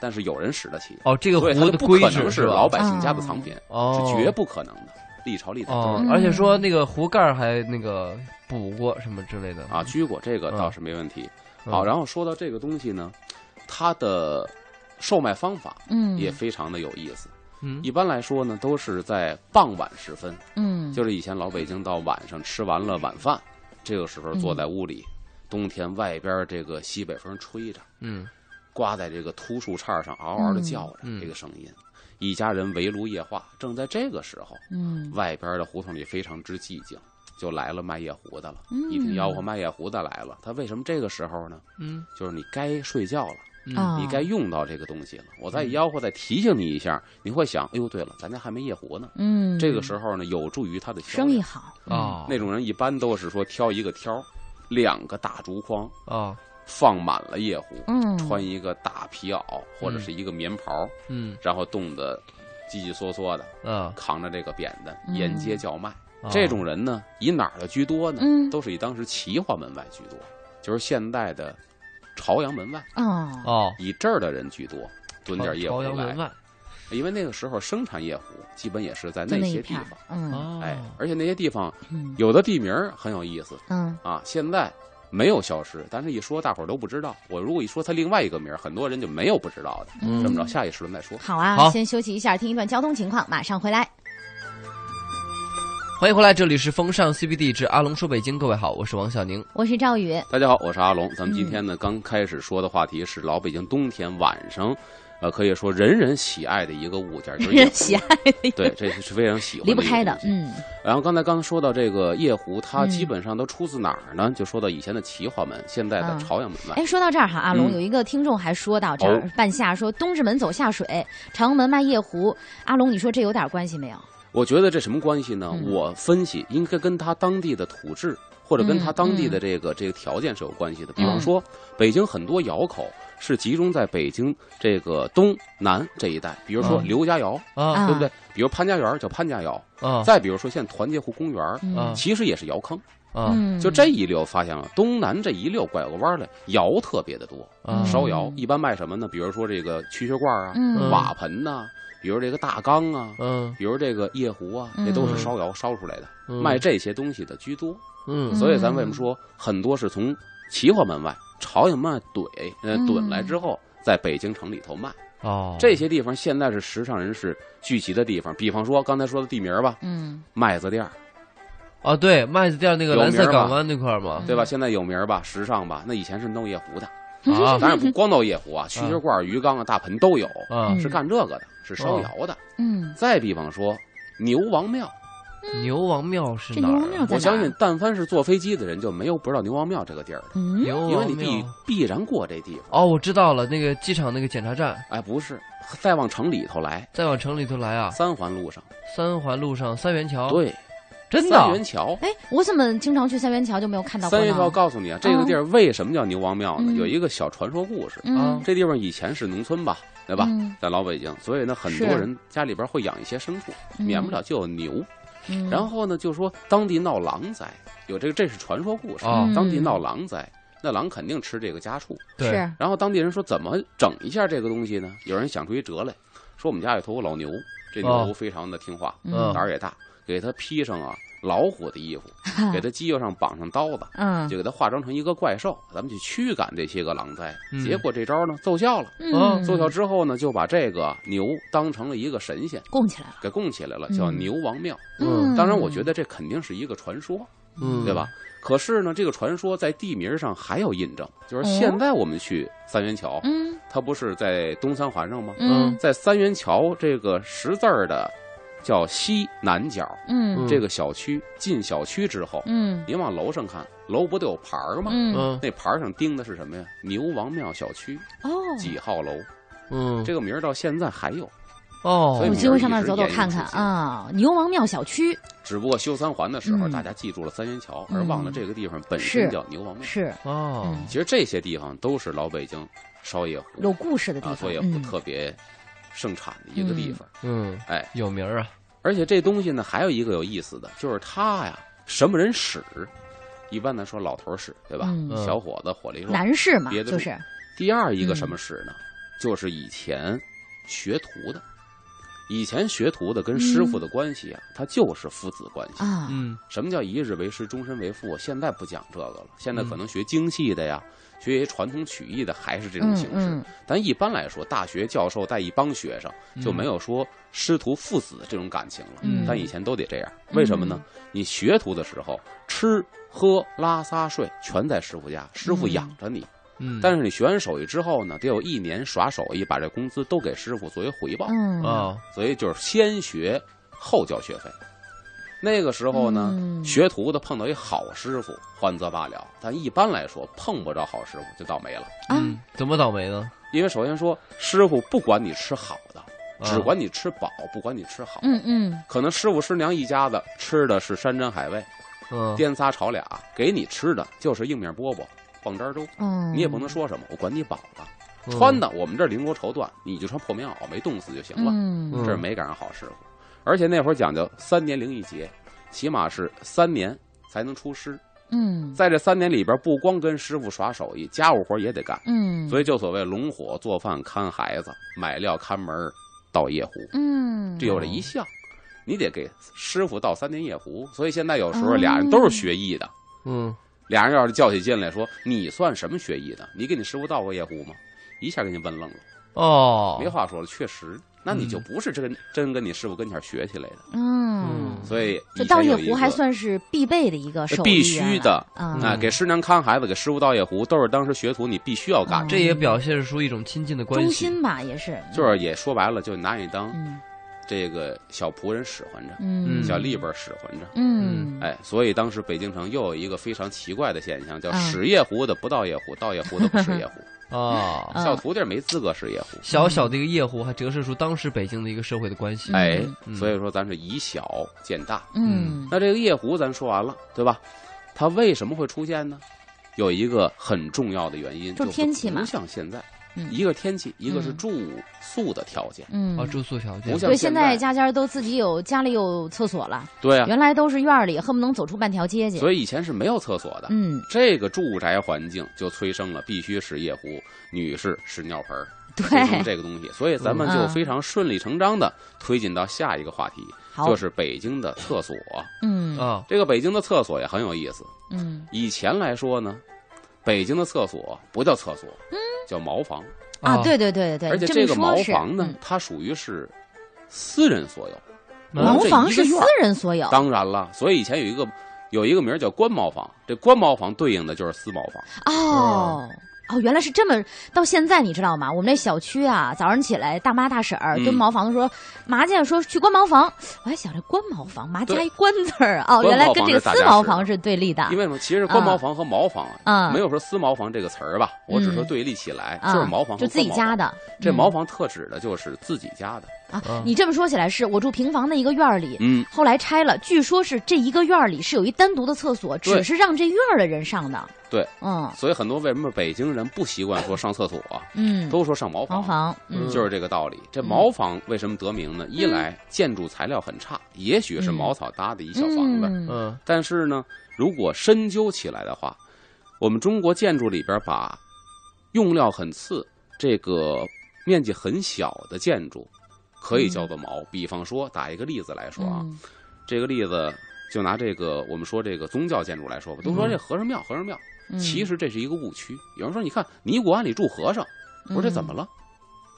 Speaker 3: 但是有人使得起，
Speaker 1: 哦，这个
Speaker 3: 所以它
Speaker 1: 壶
Speaker 3: 就
Speaker 1: 的
Speaker 3: 不
Speaker 1: 规
Speaker 3: 可能
Speaker 1: 制
Speaker 3: 是
Speaker 1: 吧
Speaker 3: 老百姓
Speaker 2: 嗯
Speaker 3: 家的藏品，
Speaker 1: 哦
Speaker 3: 是绝不嗯可能的。历朝历代都
Speaker 1: 哦
Speaker 3: 是，
Speaker 1: 而且说那个壶盖儿还那个补过什么之类的
Speaker 3: 啊，居过这个
Speaker 1: 嗯
Speaker 3: 倒是没问题。
Speaker 1: 嗯
Speaker 3: 好，然后说到这个东西呢，它的售卖方法
Speaker 2: 嗯，
Speaker 3: 也非常的有意思。
Speaker 1: 嗯
Speaker 3: 一般来说呢，都是在傍晚时分，
Speaker 2: 嗯
Speaker 3: 就是以前老北京到晚上吃完了晚饭，这个时候
Speaker 2: 嗯
Speaker 3: 坐在屋里，冬天外边这个西北风吹着，
Speaker 1: 嗯
Speaker 3: 刮在这个秃树杈上嗷嗷的叫着，
Speaker 1: 嗯
Speaker 3: 这个声音，一家人围炉夜话。正在这个时候，
Speaker 2: 嗯
Speaker 3: 外边的胡同里非常之寂静，就来了卖夜壶的了。
Speaker 2: 嗯
Speaker 3: 一听吆喝卖夜壶的来了，他为什么这个时候呢？
Speaker 1: 嗯
Speaker 3: 就是你该睡觉了，
Speaker 1: 嗯
Speaker 2: 啊，
Speaker 3: 你该用到这个东西了。我再一吆喝，再提醒你一下，你会想，哎呦，对了，咱家还没夜壶呢。
Speaker 2: 嗯
Speaker 3: 这个时候呢，有助于他的销
Speaker 2: 生
Speaker 3: 量
Speaker 2: 意好，
Speaker 1: 啊
Speaker 3: 那种人一般都是说挑一个挑儿，两个大竹筐
Speaker 1: 啊，
Speaker 3: 放满了夜壶，
Speaker 2: 嗯，
Speaker 3: 穿一个大皮袄或者是一个棉袍，
Speaker 1: 嗯
Speaker 3: 然后冻得叽叽嗦嗦的，
Speaker 1: 啊，
Speaker 3: 扛着这个扁担
Speaker 2: 嗯
Speaker 3: 沿街叫卖。
Speaker 1: 啊
Speaker 3: 这种人呢，以哪儿的居多呢？
Speaker 2: 嗯
Speaker 3: 都是以当时齐化门外居多，就是现代的朝阳门外，
Speaker 2: 哦，
Speaker 1: 哦，
Speaker 3: 以这儿的人居多，蹲点夜壶
Speaker 1: 朝阳
Speaker 3: 来
Speaker 1: 门。外
Speaker 3: 因为那个时候生产夜壶基本也是在
Speaker 2: 就
Speaker 3: 那
Speaker 2: 那
Speaker 3: 些
Speaker 2: 一
Speaker 3: 地
Speaker 2: 片儿
Speaker 3: 方，，
Speaker 2: 嗯
Speaker 1: 哦
Speaker 3: 哎，而且那些地方
Speaker 2: 嗯
Speaker 3: 有的地名儿很有意思
Speaker 2: 嗯
Speaker 3: 啊，现在没有消失，但是一说大伙儿都不知道。我如果一说它另外一个名儿，很多人就没有不知道的。
Speaker 1: 嗯
Speaker 3: 这么着，下一时轮再说。
Speaker 2: 好啊，
Speaker 1: 好
Speaker 2: 先休息一下，听一段交通情况，马上回来。
Speaker 1: 欢迎回来，这里是风尚 CBD 之阿龙说北京，各位好，我是王小宁。
Speaker 2: 我是赵宇，
Speaker 3: 大家好，我是阿龙。咱们
Speaker 2: 嗯
Speaker 3: 今天呢，刚开始说的话题是老北京冬天晚上，呃，可以说人人喜爱的一个物件，就是夜 壶
Speaker 2: 喜爱
Speaker 3: 对，这是非常喜欢
Speaker 2: 离
Speaker 3: 一个
Speaker 2: 不开的
Speaker 3: 东，西
Speaker 2: 嗯
Speaker 3: 然后刚才刚说到这个夜壶，它
Speaker 2: 嗯
Speaker 3: 基本上都出自哪儿呢？就说到以前的齐化门，现在的
Speaker 2: 嗯
Speaker 3: 朝阳门外。
Speaker 2: 哎，说到这儿哈，阿龙、
Speaker 3: 嗯
Speaker 2: 有一个听众还说到这儿
Speaker 3: 哦，
Speaker 2: 半夏说东直门走下水，朝阳门卖夜壶。阿龙，你说这有点关系没有？
Speaker 3: 我觉得这什么关系呢？
Speaker 2: 嗯
Speaker 3: 我分析应该跟它当地的土质，或
Speaker 2: 嗯
Speaker 3: 者跟它当地的这个、这个条件是有关系的。比方说，北京很多窑口是集中在北京这个东南这一带，比如说
Speaker 1: 嗯
Speaker 3: 刘家窑，
Speaker 1: 啊
Speaker 2: 啊
Speaker 3: 对不对？比如潘家园叫潘家窑，
Speaker 1: 啊
Speaker 3: 再比如说现在团结湖公园。
Speaker 1: 啊
Speaker 3: 其实也是窑坑，
Speaker 1: 啊
Speaker 2: 嗯，
Speaker 3: 就这一溜发现了，东南这一溜拐个弯来，窑特别的多。
Speaker 1: 啊，
Speaker 2: 稍
Speaker 3: 烧窑
Speaker 2: 嗯
Speaker 3: 一般卖什么呢？比如说这个蛐蛐罐啊、
Speaker 2: 嗯
Speaker 3: 瓦盆呐、比如这个大缸啊，
Speaker 1: 嗯
Speaker 3: 比如这个夜壶啊，
Speaker 2: 嗯
Speaker 3: 这都是烧窑烧出来的，
Speaker 1: 嗯
Speaker 3: 卖这些东西的居多。
Speaker 1: 嗯
Speaker 3: 所以咱为什么说很多是从齐化门外、朝阳门外怼呃
Speaker 2: 嗯
Speaker 3: 怼来之后，在北京城里头卖？
Speaker 1: 哦
Speaker 3: 这些地方现在是时尚人士聚集的地方，比方说刚才说的地名吧，
Speaker 2: 嗯
Speaker 3: 麦子店儿，
Speaker 1: 啊对麦子店那个
Speaker 3: 有
Speaker 1: 蓝
Speaker 3: 名儿
Speaker 1: 色
Speaker 3: 吗
Speaker 1: 港湾那块儿嘛
Speaker 2: 嗯
Speaker 3: 对吧？现在有名吧，时尚吧，那以前是弄夜壶的，
Speaker 1: 啊
Speaker 3: 当然不光弄夜壶啊，蛐蛐罐儿、鱼缸啊、大盆都有。
Speaker 1: 啊
Speaker 2: 嗯
Speaker 3: 是干这个的，是烧窑的。
Speaker 2: 嗯，
Speaker 3: 再比方说牛王庙，
Speaker 1: 牛王庙是
Speaker 2: 这
Speaker 1: 哪
Speaker 2: 牛
Speaker 1: 儿啊？
Speaker 2: 肉面在哪
Speaker 3: 我相
Speaker 2: 儿
Speaker 3: 信
Speaker 2: 啊？
Speaker 3: 但凡是坐飞机的人就没有不知道牛王庙这个地儿的，
Speaker 2: 嗯，
Speaker 1: 牛王
Speaker 3: 因为
Speaker 1: 庙
Speaker 3: 你必必然过这地方。
Speaker 1: 哦，我知道了，那个机场那个检查站，
Speaker 3: 哎，不是，再往城里头来，
Speaker 1: 再往城里头来啊，
Speaker 3: 三环路上，
Speaker 1: 三环路上三元桥，，
Speaker 3: 对，
Speaker 1: 真的啊
Speaker 3: 三元桥。
Speaker 2: 哎，我怎么经常去三元桥就没有看到过呢？
Speaker 3: 三元桥告诉你啊，这个地儿为什么叫牛王庙呢？
Speaker 2: 嗯
Speaker 3: 有一个小传说故事，
Speaker 2: 嗯，
Speaker 3: 这地方以前是农村吧，啊对吧？
Speaker 2: 嗯
Speaker 3: 在老北京，所以呢，很多
Speaker 2: 是
Speaker 3: 人家里边会养一些牲畜，
Speaker 2: 嗯
Speaker 3: 免不了就有牛。
Speaker 2: 嗯
Speaker 3: 然后呢，就说当地闹狼灾，有这个这是传说故事
Speaker 1: 哦，
Speaker 3: 当地闹狼灾，那狼肯定吃这个家畜。
Speaker 1: 对，
Speaker 2: 嗯是嗯
Speaker 3: 然后当地人说怎么整一下这个东西呢？有人想出一辙来，说我们家有头老牛，这牛
Speaker 1: 哦
Speaker 3: 非常的听话，
Speaker 1: 嗯
Speaker 3: 胆儿也大，给它披上啊老虎的衣服， 给它犄角上绑上刀子，
Speaker 2: 嗯
Speaker 3: 就给它化妆成一个怪兽，咱们去驱赶这些个狼灾。
Speaker 1: 嗯
Speaker 3: 结果这招呢奏效了，
Speaker 1: 哦
Speaker 2: 嗯，
Speaker 3: 奏效之后呢，就把这个牛当成了一个神仙，
Speaker 2: 供起来了。
Speaker 3: 给供起来了，
Speaker 2: 嗯
Speaker 3: 叫牛王庙。
Speaker 1: 嗯
Speaker 3: 当然，我觉得这肯定是一个传说，
Speaker 1: 嗯，
Speaker 3: 对吧？？可是呢，这个传说在地名上还有印证，就是现在我们去三元桥，
Speaker 2: 哦嗯
Speaker 3: 它不是在东三环上吗？
Speaker 2: 嗯
Speaker 3: 在三元桥这个识字儿的叫西南角
Speaker 2: 嗯
Speaker 3: 这个小区，进小区之后，
Speaker 2: 嗯
Speaker 3: 您往楼上看，楼不都有牌儿吗？
Speaker 2: 嗯
Speaker 1: 嗯
Speaker 3: 那牌儿上钉的是什么呀？牛王庙小区
Speaker 2: 哦，
Speaker 3: 几号楼？
Speaker 1: 嗯，
Speaker 3: 这个名儿到现在还有，
Speaker 1: 哦
Speaker 3: 所以
Speaker 2: 有
Speaker 3: 名
Speaker 2: 机
Speaker 3: 儿
Speaker 2: 会
Speaker 3: 一
Speaker 2: 上那儿
Speaker 3: 直
Speaker 2: 走走
Speaker 3: 沿用
Speaker 2: 看
Speaker 3: 至
Speaker 2: 看
Speaker 3: 今
Speaker 2: 啊，牛王庙小区
Speaker 3: 只不过修三环的时候，
Speaker 2: 嗯
Speaker 3: 大家记住了三元桥，而忘了这个地方本
Speaker 2: 是
Speaker 3: 身叫牛王庙。
Speaker 2: 是
Speaker 1: 哦
Speaker 2: 嗯
Speaker 3: 其实这些地方都是老北京烧夜壶
Speaker 2: 有故事的地
Speaker 3: 啊，
Speaker 2: 方
Speaker 3: 做夜，壶
Speaker 2: 嗯
Speaker 3: 特别盛产的一个地方。
Speaker 1: 嗯，
Speaker 3: 哎，
Speaker 1: 有名儿啊，
Speaker 3: 而且这东西呢，还有一个有意思的，就是它呀，什么人使？一般咱说老头儿使，对吧？
Speaker 2: 嗯
Speaker 3: 小伙子火力壮。
Speaker 2: 男士嘛，
Speaker 3: 别的
Speaker 2: 就
Speaker 3: 路
Speaker 2: 是
Speaker 3: 第二一个
Speaker 2: 嗯
Speaker 3: 什么使呢？就是以前学徒的，以前学徒的跟师
Speaker 2: 嗯
Speaker 3: 傅的关系啊，他就是父子关系。
Speaker 2: 啊，
Speaker 1: 嗯
Speaker 3: 什么叫一日为师，终身为父？现在不讲这个了，现
Speaker 2: 嗯
Speaker 3: 在可能学京戏的呀，学一些传统曲艺的，还是这种形式。
Speaker 2: 嗯
Speaker 3: 但一般来说，大学教授带一帮学生，就没有说师徒父子这种感情了。
Speaker 1: 嗯
Speaker 3: 但以前都得这样，为什么呢？
Speaker 2: 嗯
Speaker 3: 你学徒的时候，吃喝拉撒睡全在师傅家，师傅养着你。
Speaker 1: 嗯，
Speaker 3: 但是你学完手艺之后呢，得有一年耍手艺，把这工资都给师傅作为回报。
Speaker 2: 嗯
Speaker 1: 啊
Speaker 3: 所以就是先学后交学费。那个时候呢，
Speaker 2: 嗯
Speaker 3: 学徒的碰到一好师傅，欢则罢了；但一般来说，碰不着好师傅就倒霉了。
Speaker 2: 啊
Speaker 1: 嗯，怎么倒霉呢？
Speaker 3: 因为首先说，师傅不管你吃好的，
Speaker 1: 啊
Speaker 3: 只管你吃饱，不管你吃好。
Speaker 2: 嗯嗯
Speaker 3: 可能师傅师娘一家子吃的是山珍海味，
Speaker 2: 啊
Speaker 1: 嗯，
Speaker 3: 颠仨炒俩，给你吃的就是硬面饽饽、棒渣粥，
Speaker 2: 嗯，
Speaker 3: 你也不能说什么，我管你饱了。穿的我们这儿绫罗绸缎，你就穿破棉袄，没冻死就行了。
Speaker 2: 嗯，
Speaker 1: 嗯
Speaker 3: 这没赶上好师傅，而且那会儿讲究三年零一节，起码是三年才能出师。
Speaker 2: 嗯
Speaker 3: 在这三年里边，不光跟师傅耍手艺，家务活也得干。
Speaker 2: 嗯，
Speaker 3: 所
Speaker 2: 以
Speaker 3: 以就所谓龙火做饭、看孩子、买料、看门儿、倒夜壶，
Speaker 2: 嗯，
Speaker 3: 这有这一项，你得给师傅倒三年夜壶。所以现在有时候俩人都是学艺的，
Speaker 1: 嗯，
Speaker 3: 俩人要是较起劲来说，你算什么学艺的？你给你师傅倒过夜壶吗？一下给你问愣了，
Speaker 1: 哦，
Speaker 3: 没话说了，确实，那你就不是真真跟你师傅跟前学起来的。
Speaker 2: 嗯，
Speaker 3: 所以
Speaker 2: 这
Speaker 3: 以前
Speaker 2: 倒夜
Speaker 3: 有一
Speaker 2: 壶还
Speaker 3: 个呃
Speaker 2: 算是必备的一个手艺，
Speaker 3: 必须的
Speaker 2: 啊，
Speaker 3: 啊，
Speaker 1: 嗯
Speaker 3: 给师娘看孩子，给师傅倒夜壶，都是当时学徒你必须要
Speaker 2: 嗯
Speaker 3: 干的，
Speaker 1: 这也表现出一种亲近的关
Speaker 2: 忠
Speaker 1: 系。
Speaker 2: 心吧，也是，
Speaker 3: 就是也说白了，就拿你当
Speaker 2: 嗯
Speaker 3: 这个小仆人使唤着，
Speaker 2: 嗯，
Speaker 3: 小立本儿使唤着。
Speaker 2: 嗯，
Speaker 3: 哎，所以当时北京城又有一个非常奇怪的现象，叫
Speaker 2: 嗯
Speaker 3: 使夜壶的不倒夜壶，倒夜壶的不使夜壶，
Speaker 1: 啊，
Speaker 2: 嗯
Speaker 3: 小徒弟儿没资格使夜壶。
Speaker 1: 小小的一个夜壶，还折射出当时北京的一个社会的关系。
Speaker 3: 哎
Speaker 1: 嗯，
Speaker 3: 所以说咱是以小见大。
Speaker 2: 嗯
Speaker 3: 那这个夜壶咱说完了，对吧？它为什么会出现呢？有一个很重要的原因，
Speaker 2: 就是
Speaker 3: 是
Speaker 2: 天气嘛
Speaker 3: 不像现在，
Speaker 2: 嗯
Speaker 3: 一个天气，一个是
Speaker 2: 嗯
Speaker 3: 住宿的条件。
Speaker 2: 嗯
Speaker 1: 啊，，住宿条件
Speaker 3: 不哦像
Speaker 2: 对，
Speaker 3: 现
Speaker 2: 现
Speaker 3: 在
Speaker 2: 在家家都自己有家里有厕所了，
Speaker 3: 对啊，
Speaker 2: 原来都是院儿里，恨不能走出半条街去。
Speaker 3: 所以以前是没有厕所的。
Speaker 2: 嗯，
Speaker 3: 这个住宅环境就催生了必须使夜壶，女士使尿盆儿，
Speaker 2: 对，
Speaker 3: 催生这个东西。所以咱们
Speaker 2: 嗯
Speaker 3: 就非常顺理成章的推进到下一个话题，
Speaker 2: 好，
Speaker 3: 就是北京的厕所。
Speaker 2: 嗯
Speaker 1: 啊，
Speaker 3: 这个北京的厕所也很有意思。
Speaker 2: 嗯
Speaker 3: 以前来说呢，北京的厕所不叫厕所，叫茅房。
Speaker 2: 啊，对对对嗯对
Speaker 3: 而且
Speaker 2: 对，么
Speaker 3: 这个茅
Speaker 2: 说是
Speaker 3: 房呢
Speaker 2: 嗯，
Speaker 3: 它属于是私人所有。
Speaker 1: 嗯
Speaker 2: 茅房
Speaker 3: 这
Speaker 2: 是
Speaker 3: 一个
Speaker 2: 私
Speaker 3: 院儿
Speaker 2: 人所有
Speaker 3: 当然了，所以以前有一个有一个名儿叫官茅房，这官茅房对应的就是私茅房。
Speaker 2: 哦。哦，原来是这么。到现在你知道吗？我们这小区啊，早上起来，大妈大婶儿
Speaker 3: 嗯
Speaker 2: 蹲茅房的时候，麻将说去关茅房，我还想着关茅房，麻加
Speaker 3: 对
Speaker 2: 一关字儿。哦，
Speaker 3: 关
Speaker 2: 原来
Speaker 3: 茅
Speaker 2: 跟
Speaker 3: 房
Speaker 2: 这个
Speaker 3: 是大
Speaker 2: 私
Speaker 3: 家
Speaker 2: 茅
Speaker 3: 是
Speaker 2: 房是对立的。
Speaker 3: 因为什么？其实官茅房和茅房
Speaker 2: 啊
Speaker 3: 没有说私茅房这个词儿吧，我只说对立起来，
Speaker 2: 啊
Speaker 3: 就是茅房和
Speaker 2: 就自己
Speaker 3: 官
Speaker 2: 家
Speaker 3: 茅房。
Speaker 2: 的。
Speaker 3: 这
Speaker 2: 嗯
Speaker 3: 茅房特指的就是自己家的。
Speaker 2: 啊
Speaker 1: 嗯，
Speaker 2: 你这么说起来是，我住平房的一个院儿里，
Speaker 3: 嗯，
Speaker 2: 后来拆了，据说是这一个院儿里是有一单独的厕所，
Speaker 3: 对
Speaker 2: 只是让这院儿的人上的。
Speaker 3: 对，
Speaker 2: 嗯
Speaker 3: 所以很多为什么北京人不习惯说上厕所啊，
Speaker 2: 嗯，
Speaker 3: 都说上茅
Speaker 2: 茅
Speaker 3: 房。
Speaker 2: 房，
Speaker 1: 嗯
Speaker 3: 就是这个道理。这茅房为什么得名呢？
Speaker 2: 嗯
Speaker 3: 一来建筑材料很差，也许是茅草搭的一小房子，
Speaker 2: 嗯
Speaker 1: 嗯
Speaker 3: 但是呢，如果深究起来的话，我们中国建筑里边把用料很次、这个面积很小的建筑，可以叫做茅。比方说，打一个例子来说啊，
Speaker 2: 嗯
Speaker 3: 这个例子就拿这个我们说这个宗教建筑来说吧，都说这和尚庙，和尚庙，
Speaker 2: 嗯
Speaker 3: 其实这是一个误区。有人说，你看尼姑庵里住和尚，我
Speaker 2: 嗯
Speaker 3: 说这怎么了？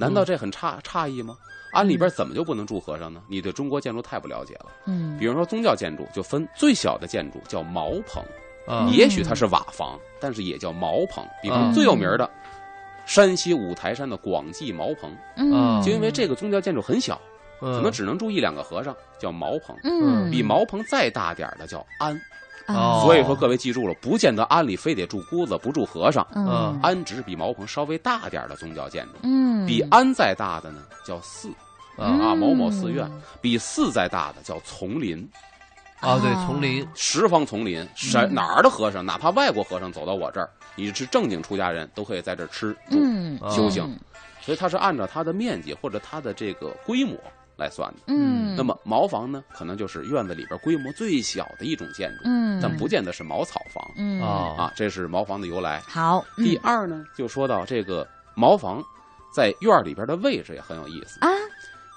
Speaker 3: 难道这很差诧异吗？庵里边怎么就不能住和尚呢？你对中国建筑太不了解了。
Speaker 2: 嗯
Speaker 3: 比如说宗教建筑就分最小的建筑叫茅棚，
Speaker 1: 啊，
Speaker 3: 也许它是瓦房，但是也叫茅棚。比方
Speaker 1: 嗯
Speaker 3: 最有名的山西五台山的广济茅棚，
Speaker 1: 啊
Speaker 2: 嗯，
Speaker 3: 就因为这个宗教建筑很小，
Speaker 1: 可
Speaker 3: 可能只能住一两个和尚，叫茅棚。
Speaker 2: 嗯
Speaker 3: 比茅棚再大点儿的叫庵，
Speaker 2: 啊
Speaker 1: 哦
Speaker 3: 所以说各位记住了，不见得庵里非得住姑子，不住和尚。
Speaker 2: 嗯
Speaker 3: 庵只是比茅棚稍微大点儿的宗教建筑，
Speaker 2: 嗯
Speaker 3: 比庵再大的呢叫寺，
Speaker 1: 啊
Speaker 3: 啊某某寺院比寺再大的叫丛林，
Speaker 1: 啊，对，丛林，
Speaker 3: 十方丛林，谁
Speaker 2: 嗯
Speaker 3: 哪儿的和尚，哪怕外国和尚走到我这儿，你是正经出家人都可以在这儿吃住，
Speaker 2: 嗯
Speaker 1: 啊
Speaker 3: 修行所以它是按照它的面积或者它的这个规模来算的。
Speaker 2: 嗯，
Speaker 3: 那么茅房呢，可能就是院子里边规模最小的一种建筑，
Speaker 2: 嗯，
Speaker 3: 但不见得是茅草房
Speaker 2: 嗯
Speaker 1: 啊
Speaker 3: 啊，这是茅房的由来。
Speaker 2: 好嗯
Speaker 3: 第二呢，就说到这个茅房在院儿里边的位置也很有意思，
Speaker 2: 啊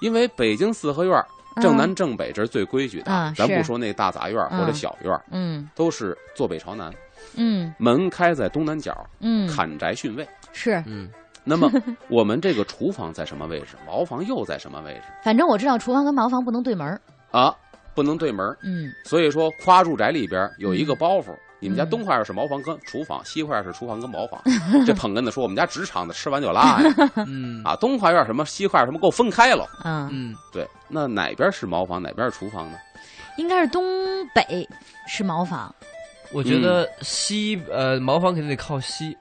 Speaker 3: 因为北京四合院儿正南正北这是最规矩的
Speaker 2: 嗯
Speaker 3: 啊
Speaker 2: 啊，
Speaker 3: 咱
Speaker 2: 是
Speaker 3: 不说那大杂院儿或者
Speaker 2: 嗯
Speaker 3: 小院儿，
Speaker 2: 嗯
Speaker 3: 都是坐北朝南，
Speaker 2: 嗯
Speaker 3: 门开在东南角，
Speaker 2: 嗯
Speaker 3: 砍宅训位。
Speaker 2: 是，
Speaker 1: 嗯
Speaker 3: 那么我们这个厨房在什么位置？茅房又在什么位置
Speaker 2: 反正我知道厨房跟茅房不能对门儿
Speaker 3: 啊？不能对门儿，
Speaker 2: 嗯
Speaker 3: 所以说夸住宅里边有一个包袱。你们家
Speaker 2: 嗯
Speaker 3: 东块儿是茅房跟厨房，西块儿是厨房跟茅 房。这捧哏的说，我们家职场的吃完就拉呀，
Speaker 1: 嗯
Speaker 3: 啊，东块儿院什么西块儿什么给我分开了。
Speaker 2: 啊，
Speaker 1: 嗯，
Speaker 3: 对，那哪边是茅房，哪边是厨房呢？
Speaker 2: 应该是东北是茅房，
Speaker 1: 我觉得
Speaker 3: 嗯
Speaker 1: 西呃茅房肯定得靠西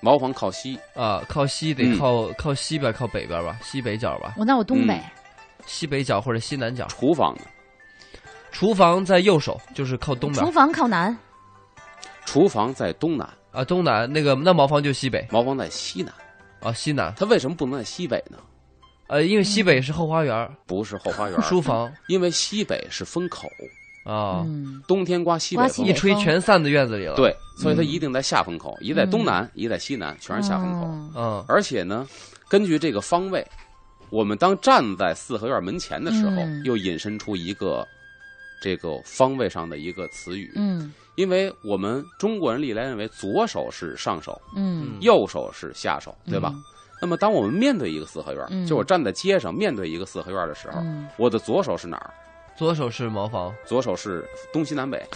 Speaker 3: 茅房靠西，
Speaker 1: 啊，靠西
Speaker 3: 嗯
Speaker 1: 得靠靠西边靠北边吧，西北角吧，
Speaker 2: 我那我东北
Speaker 3: 嗯
Speaker 1: 西北角或者西南角。
Speaker 3: 厨房呢？
Speaker 1: 厨房在右手，就是靠东边
Speaker 2: 厨房靠南，
Speaker 3: 厨房在东南，
Speaker 1: 啊，东南那个那茅房就西北
Speaker 3: 茅房在西南。
Speaker 1: 啊，西南。
Speaker 3: 它为什么不能在西北呢？
Speaker 1: 呃，因为西北是后花园、
Speaker 3: 不是后花园，
Speaker 1: 书房
Speaker 3: 因为西北是风口，
Speaker 1: 啊，
Speaker 2: 嗯，
Speaker 3: 冬天刮西北
Speaker 2: 刮西
Speaker 1: 一
Speaker 3: 风
Speaker 2: 北。嗯
Speaker 1: 吹全散在院子里了。，
Speaker 3: 对，所以它一定在下风口，一在东南，一在西南，全是下风口。
Speaker 2: 哦
Speaker 1: 嗯
Speaker 3: 而且呢，根据这个方位，我们当站在四合院门前的时候，
Speaker 2: 嗯
Speaker 3: 又引申出一个这个方位上的一个词语，
Speaker 2: 嗯
Speaker 3: 因为我们中国人历来认为左手是上手，
Speaker 2: 嗯
Speaker 3: 右手是下手，对吧？
Speaker 2: 嗯
Speaker 3: 那么，当我们面对一个四合院，
Speaker 2: 嗯
Speaker 3: 就我站在街上面对一个四合院的时候，
Speaker 2: 嗯，
Speaker 3: 我的左手是哪儿？
Speaker 1: 左手是茅房，
Speaker 3: 左手是东西南北，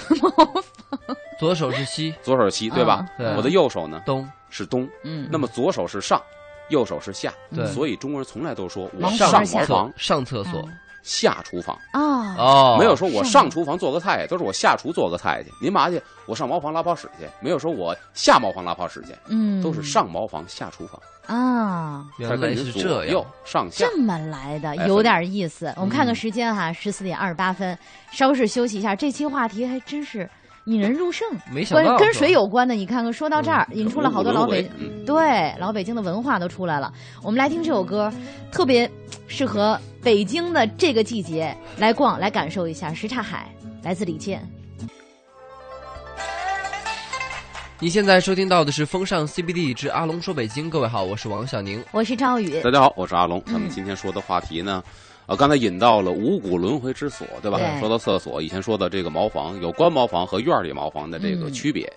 Speaker 1: 左手是西
Speaker 3: 左手是
Speaker 2: 啊
Speaker 3: 西，对吧？
Speaker 1: 对
Speaker 3: 我的右手呢
Speaker 1: 东。
Speaker 3: 是东，
Speaker 2: 嗯，
Speaker 3: 那么左手是上，右手是下。
Speaker 1: 对
Speaker 3: 所以中国人从来都说我
Speaker 2: 忙
Speaker 3: 上
Speaker 2: 上
Speaker 3: 茅
Speaker 2: 下
Speaker 3: 房
Speaker 1: 厕，上厕所
Speaker 3: 下厨房，
Speaker 2: 啊，
Speaker 1: 哦，
Speaker 3: 没有说我
Speaker 2: 上
Speaker 3: 上厨房做个菜，都是我下厨做个菜去。您嘛去？我上茅房拉泡屎去，没有说我下茅房拉泡屎去，
Speaker 2: 嗯，
Speaker 3: 都是上茅房下厨房，
Speaker 2: 啊，
Speaker 3: 它
Speaker 1: 原
Speaker 3: 跟
Speaker 1: 来
Speaker 3: 您
Speaker 1: 是
Speaker 3: 左
Speaker 1: 这
Speaker 3: 右
Speaker 1: 样。
Speaker 3: 上下。
Speaker 2: 这么来的
Speaker 3: 哎
Speaker 2: 有
Speaker 3: 很
Speaker 2: 点意思。我们看看时间哈，十四点二十八分，稍事休息一下。这期话题还真是引人入胜，
Speaker 1: 没想
Speaker 2: 关
Speaker 1: 到
Speaker 2: 跟水有关的。你看看，说到这儿，
Speaker 3: 嗯
Speaker 2: 引出了好多老
Speaker 3: 北
Speaker 2: 北，对老北京的文化都出来了。我们来听这首歌，特别适合北京的这个季节来逛，来感受一下什刹海，来自李健。
Speaker 1: 您现在收听到的是《风尚 CBD 之阿龙说北京》，各位好，我是王小宁。
Speaker 2: 我是赵宇，
Speaker 3: 大家好，我是阿龙。咱们今天说的话题呢，呃，刚才引到了五谷轮回之所，对吧？
Speaker 2: 对
Speaker 3: 说到厕所，以前说到这个茅房，有关茅房和院里茅房的这个
Speaker 2: 嗯
Speaker 3: 区别。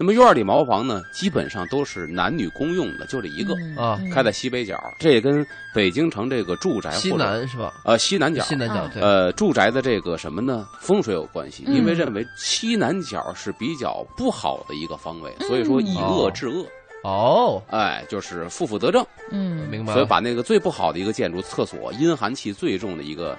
Speaker 3: 那么院里茅房呢，基本上都是男女公用的，就这一个，
Speaker 2: 嗯
Speaker 1: 啊
Speaker 2: 嗯
Speaker 3: 开在西北角。这也跟北京城这个住宅
Speaker 1: 西
Speaker 3: 或者
Speaker 1: 南是吧？
Speaker 3: 呃西南角
Speaker 1: 西南角对，
Speaker 3: 呃住宅的这个什么呢风水有关系，
Speaker 2: 嗯
Speaker 3: 因为认为西南角是比较不好的一个方位，所以说以恶制恶，
Speaker 1: 哦，
Speaker 3: 哎，就是负负得正。
Speaker 2: 嗯
Speaker 1: 明白
Speaker 3: 所以
Speaker 1: 了。
Speaker 3: 把那个最不好的一个建筑，厕所阴寒气最重的一个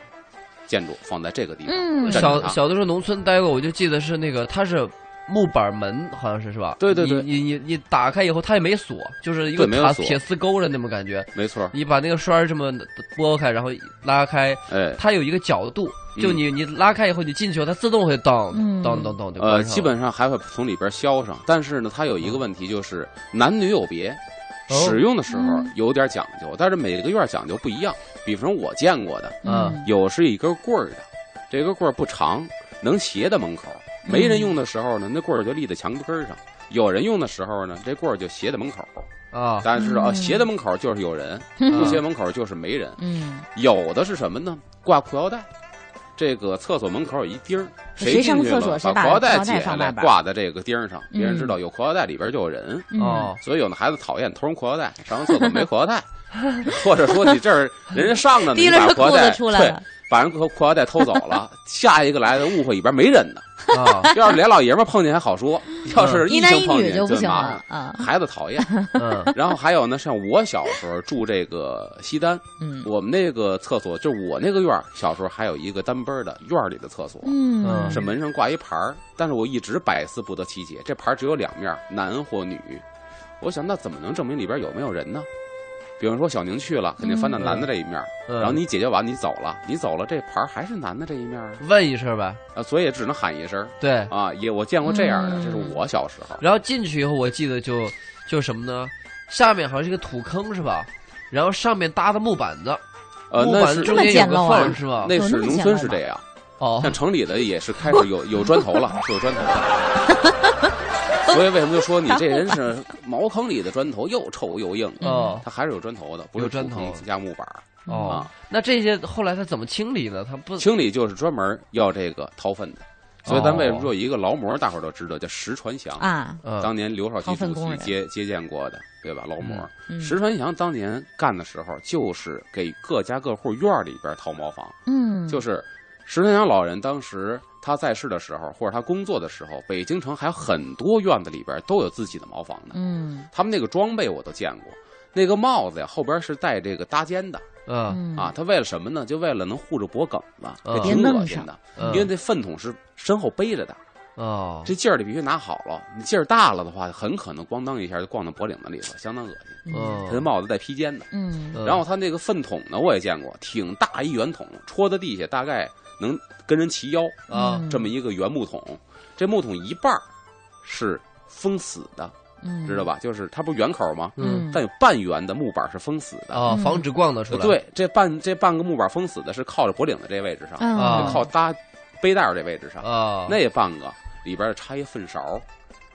Speaker 3: 建筑放在这个地方。
Speaker 2: 嗯
Speaker 3: 正
Speaker 1: 小
Speaker 3: 常
Speaker 1: 小的时候农村待过，我就记得是那个它是木板门，好像是是吧？
Speaker 3: 对对对
Speaker 1: 你你你你打开以后它也没锁，就是一个
Speaker 3: 对没有
Speaker 1: 塔
Speaker 3: 锁
Speaker 1: 铁丝钩的那种感觉。
Speaker 3: 没错，
Speaker 1: 你把那个栓儿这么拨开，然后拉开，
Speaker 3: 哎，
Speaker 1: 它有一个角度，
Speaker 3: 嗯
Speaker 1: 就你你拉开以后，你进去以后它自动会当
Speaker 2: 嗯
Speaker 1: 当当当就关上
Speaker 3: 呃，
Speaker 1: 了嗯
Speaker 3: 基本上还会从里边消上，但是呢，它有一个问题就是男女有别，
Speaker 1: 哦
Speaker 3: 使用的时候
Speaker 2: 嗯
Speaker 3: 有点讲究，但是每个院讲究不一样。比方我见过的，
Speaker 2: 嗯
Speaker 1: 啊
Speaker 3: 有是一根棍儿的，这根棍儿不长，能斜到门口。没
Speaker 2: 嗯
Speaker 3: 人用的时候呢，那棍儿就立在墙根儿上；有人用的时候呢，这棍儿就斜到门口。
Speaker 1: 啊，
Speaker 3: 但是啊，
Speaker 2: 嗯
Speaker 3: 斜到门口就是有人，
Speaker 1: 嗯
Speaker 3: 不斜门口就是没人。
Speaker 2: 嗯，
Speaker 3: 有的是什么呢？挂裤腰带，这个厕所门口有一钉儿，
Speaker 2: 谁上
Speaker 3: 进去
Speaker 2: 厕所
Speaker 3: 了
Speaker 2: 谁把
Speaker 3: 把裤腰带
Speaker 2: 裤腰带
Speaker 3: 解下
Speaker 2: 放
Speaker 3: 来
Speaker 2: 外边儿
Speaker 3: 挂在这个钉儿上，别人
Speaker 2: 嗯
Speaker 3: 知道有裤腰带里边就有人。
Speaker 2: 嗯
Speaker 1: 哦，
Speaker 3: 所以有的孩子讨厌偷人裤腰带，上完厕所没裤腰 带，或者说你这儿人家上着呢，
Speaker 2: 提
Speaker 3: 你
Speaker 2: 溜
Speaker 3: 把
Speaker 2: 着
Speaker 3: 裤腰
Speaker 2: 裤子
Speaker 3: 带
Speaker 2: 出来
Speaker 3: 对
Speaker 2: 了，，
Speaker 3: 把人裤裤腰带偷走 了，下一个来的误会里边没人呢。
Speaker 1: 啊，
Speaker 3: 要是俩老爷们儿碰见还好说，要是
Speaker 2: 嗯一
Speaker 3: 异
Speaker 2: 男一
Speaker 3: 性碰
Speaker 2: 女
Speaker 3: 见
Speaker 2: 就不
Speaker 3: 就
Speaker 2: 行
Speaker 3: 麻烦
Speaker 2: 了，啊，
Speaker 3: 孩子讨厌。
Speaker 1: 嗯，
Speaker 3: 然后还有呢，像我小时候住这个西单，
Speaker 2: 嗯
Speaker 3: 我们那个厕所就是我那个院儿，小时候还有一个单班的院儿里的厕所，
Speaker 2: 嗯，
Speaker 1: 嗯
Speaker 3: 是门上挂一牌儿，但是我一直百思不得其解，这牌儿只有两面儿，男或女。我想那怎么能证明里边有没有人呢？比方说小宁去了，肯定翻到
Speaker 1: 嗯
Speaker 3: 男的这一面儿，
Speaker 1: 嗯
Speaker 3: 然后你解决完你走了，你走了这牌儿还是男的这一面儿啊
Speaker 1: 问一声呗，
Speaker 3: 啊，所以也只能喊一声儿
Speaker 1: 对。
Speaker 3: 啊。也我见过这样的，
Speaker 2: 嗯
Speaker 3: 这是我小时候。
Speaker 1: 然后进去以后，我记得就就什么呢？下面好像是一个土坑是吧？然后上面搭的木板子，
Speaker 3: 呃，
Speaker 1: 木
Speaker 3: 那
Speaker 1: 板子
Speaker 3: 是
Speaker 1: 中间有个缝
Speaker 2: 这
Speaker 1: 儿
Speaker 2: 么
Speaker 1: 是吧？
Speaker 3: 那是
Speaker 2: 有那么
Speaker 3: 农
Speaker 2: 简
Speaker 3: 村
Speaker 2: 陋
Speaker 3: 是
Speaker 2: 吗
Speaker 3: 这样。
Speaker 1: 哦，
Speaker 3: 像城里的也是开始有有砖头了，是有砖头了。所以为什么就说你这人是茅坑里的砖头，又臭又硬？
Speaker 2: 嗯
Speaker 1: 哦
Speaker 3: 它还是有砖头的，不是
Speaker 1: 有砖头
Speaker 3: 土坑加木板儿
Speaker 1: 哦
Speaker 3: 啊，。
Speaker 1: 那这些后来他怎么清理呢？他不
Speaker 3: 清理就是专门要这个掏粪的，所以咱为什么说有一个劳模，大伙儿都知道叫石传祥，
Speaker 2: 哦啊，
Speaker 1: 嗯
Speaker 3: 当年刘少奇
Speaker 2: 掏粪
Speaker 3: 主
Speaker 2: 工
Speaker 3: 席
Speaker 2: 人
Speaker 3: 接接见过的，对吧？劳模。
Speaker 2: 嗯
Speaker 3: 石传祥当年干的时候，就是给各家各户院儿里边儿掏茅房，
Speaker 2: 嗯，
Speaker 3: 就是石传祥老人当时他在世的时候，或者他工作的时候，北京城还有很多院子里边都有自己的茅房呢。
Speaker 2: 嗯
Speaker 3: 他们那个装备我都见过，那个帽子呀后边是带这个搭肩的
Speaker 1: 嗯
Speaker 2: 嗯
Speaker 3: 啊，他为了什么呢？就为了能护着脖梗子，
Speaker 1: 嗯
Speaker 3: 这挺
Speaker 2: 别
Speaker 3: 恶
Speaker 2: 弄
Speaker 3: 心
Speaker 2: 上
Speaker 3: 的。
Speaker 1: 嗯，
Speaker 3: 因为这粪桶是身后背着的，
Speaker 1: 哦，
Speaker 3: 这劲儿得必须拿好了。你劲儿大了的话，很可能咣当一下就逛到脖领子里头，相当恶心。
Speaker 2: 嗯
Speaker 3: 他的
Speaker 1: 嗯，
Speaker 3: 帽子带披肩的，
Speaker 2: 嗯
Speaker 1: 嗯
Speaker 3: 然后他那个粪桶呢，我也见过，挺大一圆桶，戳在地下大概能跟人齐腰
Speaker 1: 啊
Speaker 2: 嗯
Speaker 3: 这么一个圆木桶，这木桶一半儿是封死的，
Speaker 2: 嗯，
Speaker 3: 知道
Speaker 2: 吧？
Speaker 3: 吧？就是它不是圆口吗？
Speaker 2: 嗯，
Speaker 3: 但有半圆的木板是封死的。
Speaker 1: 啊，
Speaker 2: 嗯
Speaker 1: 防止逛得出来。，
Speaker 3: 对，这半这半个木板封死的是靠着脖领子这位置上，
Speaker 2: 嗯
Speaker 1: 啊
Speaker 3: 靠搭背带儿这位置上，
Speaker 1: 啊，
Speaker 3: 那半个里边儿插一粪勺，